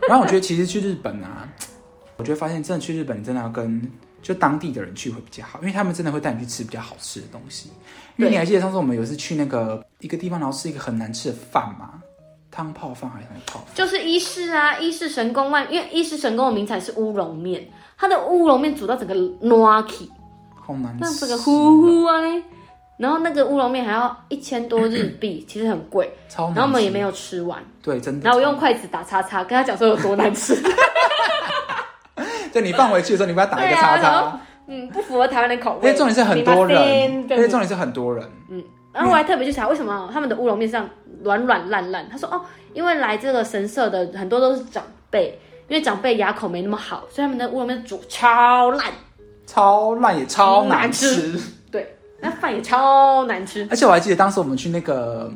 Speaker 3: 然后我觉得其实去日本啊，我我就会发现真的去日本，你真的要跟就当地的人去会比较好，因为他们真的会带你去吃比较好吃的东西。因为你还记得上次我们有一次去那个一个地方，然后吃一个很难吃的饭嘛，汤泡饭还是什么泡饭？
Speaker 1: 就是伊势啊，伊势神宫外，因为伊势神宫的名产是乌龙面，它的乌龙面煮到整个 noaki，
Speaker 3: 好难
Speaker 1: 让
Speaker 3: 吃
Speaker 1: 整
Speaker 3: 哦，
Speaker 1: 个呼呼啊，然后那个乌龙面还要一千多日币，其实很贵，
Speaker 3: 超
Speaker 1: 然
Speaker 3: 难吃。
Speaker 1: 后我们也没有吃完，
Speaker 3: 对，真的。
Speaker 1: 然后我用筷子打叉叉，跟他讲说有多难吃，
Speaker 3: 对你放回去的时候，你把它打一个叉
Speaker 1: 对啊然后
Speaker 3: 叉。
Speaker 1: 嗯，不符合台湾的口
Speaker 3: 因为
Speaker 1: 味
Speaker 3: 重。点是很多人，
Speaker 2: 你把心
Speaker 3: 因为重点是很多人，
Speaker 1: 然后我还特别去查为什么他们的乌龙面上软软烂烂，他说哦，因为来这个神社的很多都是长辈。因为长辈牙口没那么好，所以他们的乌龙面煮超烂，
Speaker 3: 超烂也超难
Speaker 1: 嗯
Speaker 3: 吃。
Speaker 1: 对，那饭也超难吃。
Speaker 3: 而且我还记得当时我们去那个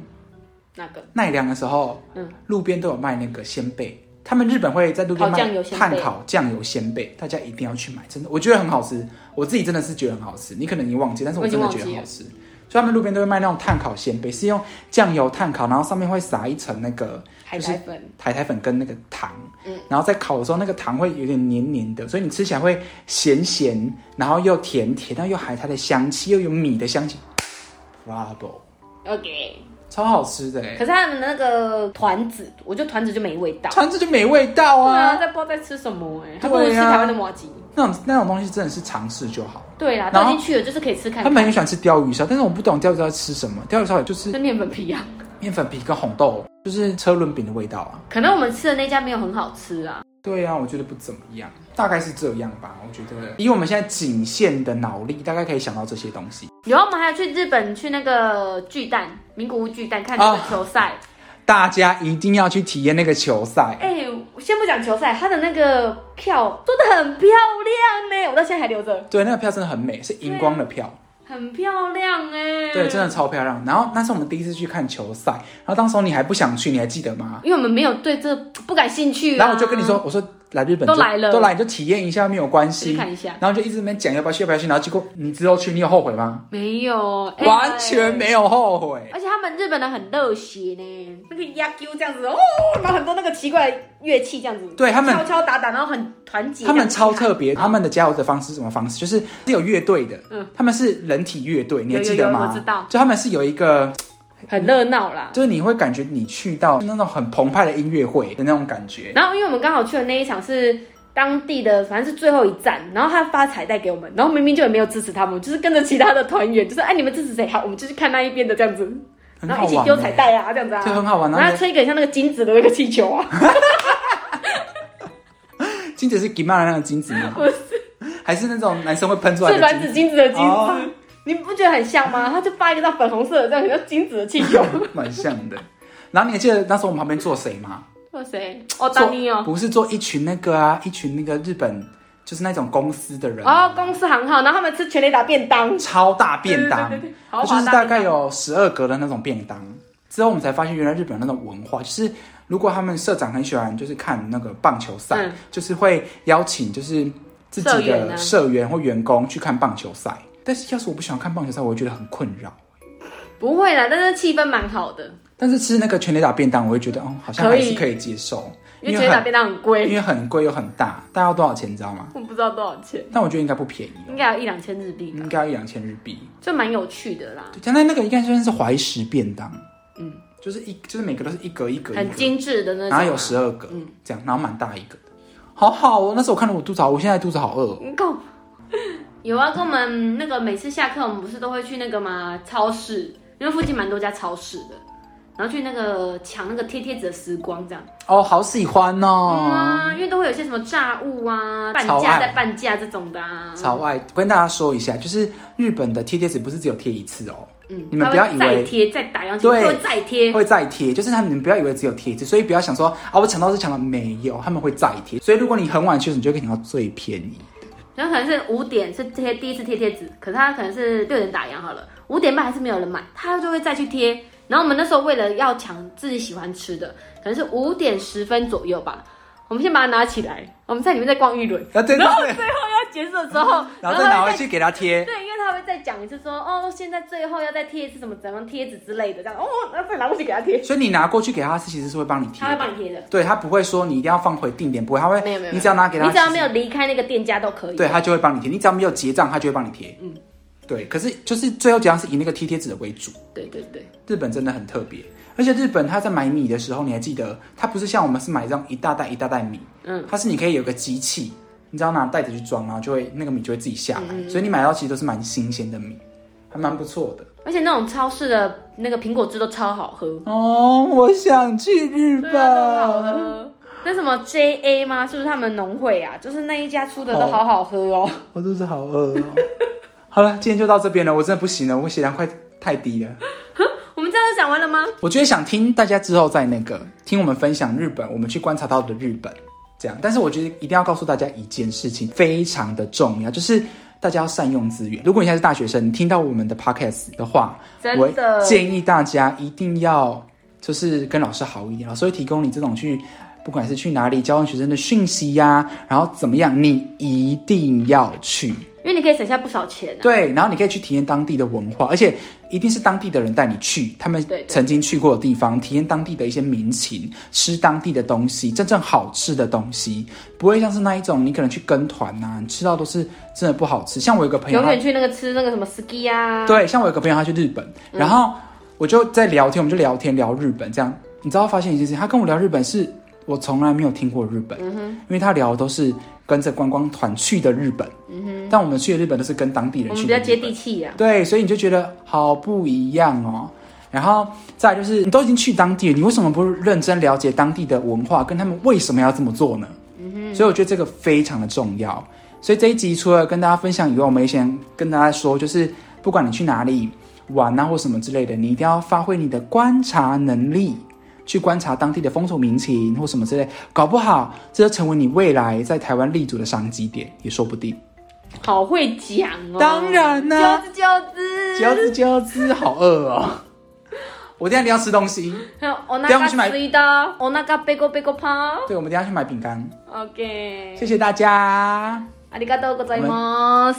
Speaker 1: 那个
Speaker 3: 奈良的时候，
Speaker 1: 嗯
Speaker 3: 路边都有卖那个鲜贝，他们日本会在路边
Speaker 1: 烤酱
Speaker 3: 卖
Speaker 1: 油鲜贝
Speaker 3: 炭烤酱油鲜贝，大家一定要去买，真的，我觉得很好吃，我自己真的是觉得很好吃，你可能已经忘记，但是我真的觉得很好吃。所以他们路边都会卖那种炭烤鲜贝，是用酱油炭烤，然后上面会撒一层那个
Speaker 2: 海
Speaker 3: 就是
Speaker 2: 苔粉，
Speaker 3: 海苔粉跟那个糖，然后在烤的时候，那个糖会有点黏黏的，所以你吃起来会咸咸，然后又甜甜，然后又海苔的香气，又有米的香气，bravo，
Speaker 1: OK，
Speaker 3: 超好吃的
Speaker 1: 可
Speaker 3: 哎，
Speaker 1: 是他们的那个团子，我觉得团子就没味道。
Speaker 3: 团子就没味道
Speaker 1: 对啊，
Speaker 3: 啊，
Speaker 1: 在不知道在吃什么哎、欸，还
Speaker 3: 对啊
Speaker 1: 不如吃台湾的麻吉。
Speaker 3: 那种那种东西真的是尝试就好。
Speaker 1: 对啦，
Speaker 3: 然
Speaker 1: 都
Speaker 3: 后
Speaker 1: 已经去了，就是可以吃看
Speaker 3: 他
Speaker 1: 看。
Speaker 3: 们很喜欢吃鲷鱼烧，但是我不懂鲷鱼烧吃什么，鲷鱼烧也就是
Speaker 1: 跟面粉皮啊，
Speaker 3: 面粉皮跟红豆，就是车轮饼的味道啊。
Speaker 1: 可能我们吃的那家没有很好吃啊。
Speaker 3: 对啊，我觉得不怎么样，大概是这样吧。我觉得以我们现在仅限的脑力，大概可以想到这些东西。
Speaker 1: 然后我们还有去日本去那个巨蛋，名古屋巨蛋看那
Speaker 2: 啊
Speaker 1: 个球赛。
Speaker 3: 大家一定要去体验那个球赛。
Speaker 1: 哎、我先不讲球赛，它的那个票做的很漂亮呢、欸我到现在还留着，
Speaker 3: 对，那个票真的很美，是荧光的票，
Speaker 1: 很漂亮哎、
Speaker 3: 对，真的。超漂亮。然后那是我们第一次去看球赛，然后当时候你还不想去，你还记得吗？
Speaker 1: 因为我们没有对这不感兴趣、啊。
Speaker 3: 然后我就跟你说，，我说来日本就
Speaker 1: 都来了
Speaker 3: 都来你就体验一下没有关
Speaker 1: 去
Speaker 3: 系。
Speaker 1: 看一下。
Speaker 3: 然后就一直在那边讲要不要去，要不要去。然后结果你之后去，你有后悔吗？
Speaker 1: 没有，哎
Speaker 3: 完全没有后悔。
Speaker 1: 而且他们日本人很热血呢，
Speaker 2: 那个压 Q 这样子哦，然后很多那个奇怪的乐器这样子，
Speaker 3: 对他们
Speaker 1: 敲敲打打，然后很团结。
Speaker 3: 他们超特别，他们的加油的方式是什么方式？就是是有乐队的，
Speaker 1: 嗯
Speaker 3: 他们是人体乐队，你还
Speaker 1: 有
Speaker 3: 记
Speaker 1: 有有
Speaker 3: 得吗？
Speaker 1: 我知道
Speaker 3: 就他们是有一个
Speaker 1: 很热闹啦。
Speaker 3: 就是你会感觉你去到那种很澎湃的音乐会的那种感觉。
Speaker 1: 然后因为我们刚好去的那一场是当地的，反正是最后一站，然后他发彩带给我们，然后明明就也没有支持他们，就是跟着其他的团员，就是哎你们支持谁好，我们就去看那一边的这样子，
Speaker 3: 很
Speaker 1: 然
Speaker 3: 好
Speaker 1: 后一起
Speaker 3: 玩
Speaker 1: 丢
Speaker 3: 欸
Speaker 1: 彩带啊这样子
Speaker 3: 对，
Speaker 1: 啊，
Speaker 3: 很好玩。
Speaker 1: 然后
Speaker 3: 然
Speaker 1: 他
Speaker 3: 后
Speaker 1: 吹一个像那个金子的那个气球啊，
Speaker 3: 金子是 g i m a 那个金子吗？
Speaker 1: 不是
Speaker 3: 还是那种男生会喷出来
Speaker 1: 是
Speaker 3: 的
Speaker 1: 卵
Speaker 3: 金
Speaker 1: 子
Speaker 3: 子？
Speaker 1: 金子的金子。
Speaker 3: 哦
Speaker 1: <laughs> 你不觉得很像吗？他就发一个像粉红色的，这样很像金子的气球。
Speaker 3: 蛮像的。然后你还记得那时候我们旁边坐谁吗？
Speaker 1: 哇谁？哦，
Speaker 3: 坐
Speaker 1: 丹尼哦，
Speaker 3: 不是坐一群那个啊，一群那个日本就是那种公司的人，
Speaker 1: 哦，公司行号，然后他们吃全垒打便当， <laughs>
Speaker 3: 超大便当
Speaker 1: 对对对对对，豪
Speaker 3: 它
Speaker 1: 华
Speaker 3: 就是
Speaker 1: 大
Speaker 3: 大概
Speaker 1: 便当
Speaker 3: 有十二格的那种便当。之后我们才发现，原来日本有那种文化，就是如果他们社长很喜欢就是看那个棒球赛，
Speaker 1: 嗯
Speaker 3: 就是会邀请就是自
Speaker 1: 社
Speaker 3: 己
Speaker 1: 员啊
Speaker 3: 的社员或员工去看棒球赛。但是要是我不喜欢看棒球赛，我会觉得很困扰。
Speaker 1: 不会啦，但是气氛蛮好的，
Speaker 3: 但是吃那个全垒打便当，我会觉得哦，好像
Speaker 1: 可
Speaker 3: 还
Speaker 1: 以
Speaker 3: 是可以接受，
Speaker 1: 因为
Speaker 3: 因
Speaker 1: 全
Speaker 3: 为
Speaker 1: 垒打
Speaker 3: 很
Speaker 1: 便当很贵，
Speaker 3: 因为很贵又很大，大概要多少钱你知道吗？
Speaker 1: 我不知道多少钱，
Speaker 3: 但我觉得应该不便宜
Speaker 1: 应
Speaker 3: 哦，
Speaker 1: 该有一两千日币吧
Speaker 3: 应，该要一两千日币。
Speaker 1: 就蛮有趣的啦，
Speaker 3: 对，但那那个应该算是怀石便当，嗯，就是一就是每个都是一格一格一格
Speaker 1: 很精致的那种啊。
Speaker 3: 然后有十二个，这样，然后蛮大一个的，好好哦。那时候我看到我肚子好，我现在肚子好饿哦、
Speaker 1: 你够。 <laughs> 有啊，跟我们那个每次下课，我们不是都会去那个嘛超市，因为附近蛮多家超市的，然后去那个抢那个贴贴纸的时光这样。
Speaker 3: 哦，好喜欢
Speaker 1: 嗯
Speaker 3: 哦，
Speaker 1: 啊，因为都会有一些什么炸物啊、半
Speaker 3: 超
Speaker 1: 价
Speaker 3: 爱
Speaker 1: 再半价这种的啊。
Speaker 3: 超爱。我跟大家说一下，就是日本的贴贴纸不是只有贴一次哦，
Speaker 1: 嗯，
Speaker 3: 你们
Speaker 1: 它
Speaker 3: 不要
Speaker 1: 会
Speaker 3: 以
Speaker 1: 再
Speaker 3: 为
Speaker 1: 贴再打上去，
Speaker 3: 对
Speaker 1: 会再贴，
Speaker 3: 会再贴，就是他们你们不要以为只有贴一次，所以不要想说啊，我抢到是抢到，没有，他们会再贴。所以如果你很晚去，你就可以抢到最便宜。
Speaker 1: 然后可能是五点是贴第一次贴贴纸，可是他可能是六点打烊好了，五点半还是没有人买，他就会再去贴。然后我们那时候为了要抢自己喜欢吃的，可能是五点十分左右吧，我们先把它拿起来，我们在里面再逛一轮， <laughs>
Speaker 3: 啊，对对对，
Speaker 1: 然后结束之后，
Speaker 3: 然
Speaker 1: 他
Speaker 3: 后再
Speaker 1: 会
Speaker 3: 拿回
Speaker 1: 再
Speaker 3: 去给他贴。
Speaker 1: 对，因为他会会再讲一次说，哦，现在最后要再贴一次什么怎么贴纸之类的，这样哦，那不然拿过去给他贴，
Speaker 3: 所以你拿过去给他，是其实是会帮你贴
Speaker 1: 他会
Speaker 3: 的。
Speaker 1: 帮你贴的。
Speaker 3: 对他不会说你一定要放回定点，不会，他会，
Speaker 1: 没有没有，
Speaker 3: 你只要拿给他，
Speaker 1: 你只要没有
Speaker 3: 其实，
Speaker 1: 离开那个店家都可以。
Speaker 3: 对他就会帮你贴。你只要没有结账，他就会帮你贴。嗯，对。可是就是最后结账是以那个贴贴纸为主。
Speaker 1: 对对对，
Speaker 3: 日本真的很特别，而且日本他在买米的时候，你还记得，他不是像我们是买这样一大袋一大袋米，
Speaker 1: 嗯，
Speaker 3: 它是你可以有个机器，你只要拿袋子去装，然后就会那个米就会自己下来，所以你买到其实都是蛮新鲜的米，还蛮不错的。
Speaker 1: 而且那种超市的那个苹果汁都超好喝，
Speaker 3: 哦，我想去日本，
Speaker 1: 对啊，都好喝。 <laughs> 那什么 JA 吗？是不是他们农会啊？就是那一家出的都好好喝哦。
Speaker 3: 我肚子好饿哦。 <laughs> 好了，今天就到这边了，我真的不行了，我血糖快太低了。
Speaker 1: <laughs> 我们这样就讲完了吗？
Speaker 3: 我觉得想听大家之后再那个听我们分享日本，我们去观察到的日本这样。但是我觉得一定要告诉大家一件事情，非常的重要，就是大家要善用资源。如果你现在是大学生，你听到我们的 podcast 的话，
Speaker 1: 真
Speaker 3: 我
Speaker 1: 的
Speaker 3: 建议大家一定要就是跟老师好一点，老师会提供你这种去。不管是去哪里交换学生的讯息呀、然后怎么样，你一定要去。
Speaker 1: 因为你可以省下不少钱啊。
Speaker 3: 对，然后你可以去体验当地的文化，而且一定是当地的人带你去，他们
Speaker 1: 对对
Speaker 3: 曾经去过的地方，体验当地的一些民情，吃当地的东西，真正好吃的东西，不会像是那一种你可能去跟团啊呐、你吃到都是真的不哎好吃。像我有个朋友
Speaker 1: 永
Speaker 3: 他，
Speaker 1: 远去那个吃那个什么 ski 啊，，嗯
Speaker 3: 对，像我有个朋友他去日本，然后我就在聊天，我们就聊天聊日本这样，你知道发现一件事情，他跟我聊日本是我从来没有听过日本，
Speaker 1: 嗯
Speaker 3: 因为他聊的都是跟着观光团去的日本，但我们去的日本都是跟当地人
Speaker 1: 嗯我们
Speaker 3: 去
Speaker 1: 比
Speaker 3: 的日
Speaker 1: 较
Speaker 3: 本，
Speaker 1: 接地气啊呀、
Speaker 3: 对，所以你就觉得好不一样哦。然后再来就是，你都已经去当地了，你为什么不认真了解当地的文化，跟他们为什么要这么做呢？所以我觉得这个非常的重要。所以这一集除了跟大家分享以外，我们也想跟大家说，就是不管你去哪里玩啊或什么之类的，你一定要发挥你的观察能力，去观察当地的风土民情或什么之类，搞不好这就成为你未来在台湾立足的商机点，也说不定。
Speaker 1: 好会讲哦。
Speaker 3: 当然啦、
Speaker 1: 就是就是，
Speaker 3: 饺子饺子，好饿哦！我等一下一定要吃东西，
Speaker 1: 还有我那
Speaker 3: 等一下
Speaker 1: 个
Speaker 3: 我们去买
Speaker 1: 水的，我那个贝果贝果趴。
Speaker 3: 对，我们等一下去买饼干。
Speaker 1: OK，
Speaker 3: 谢谢大家，
Speaker 1: ありがとうございます。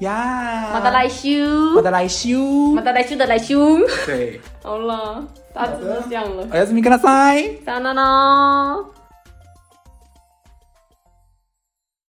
Speaker 3: 呀！
Speaker 1: また来週，
Speaker 3: また来週，
Speaker 1: また来週的来
Speaker 3: <laughs>
Speaker 1: 週。
Speaker 3: 对，
Speaker 1: 好了，大致是这样了，
Speaker 3: 我要这边跟他塞。
Speaker 1: さよなら。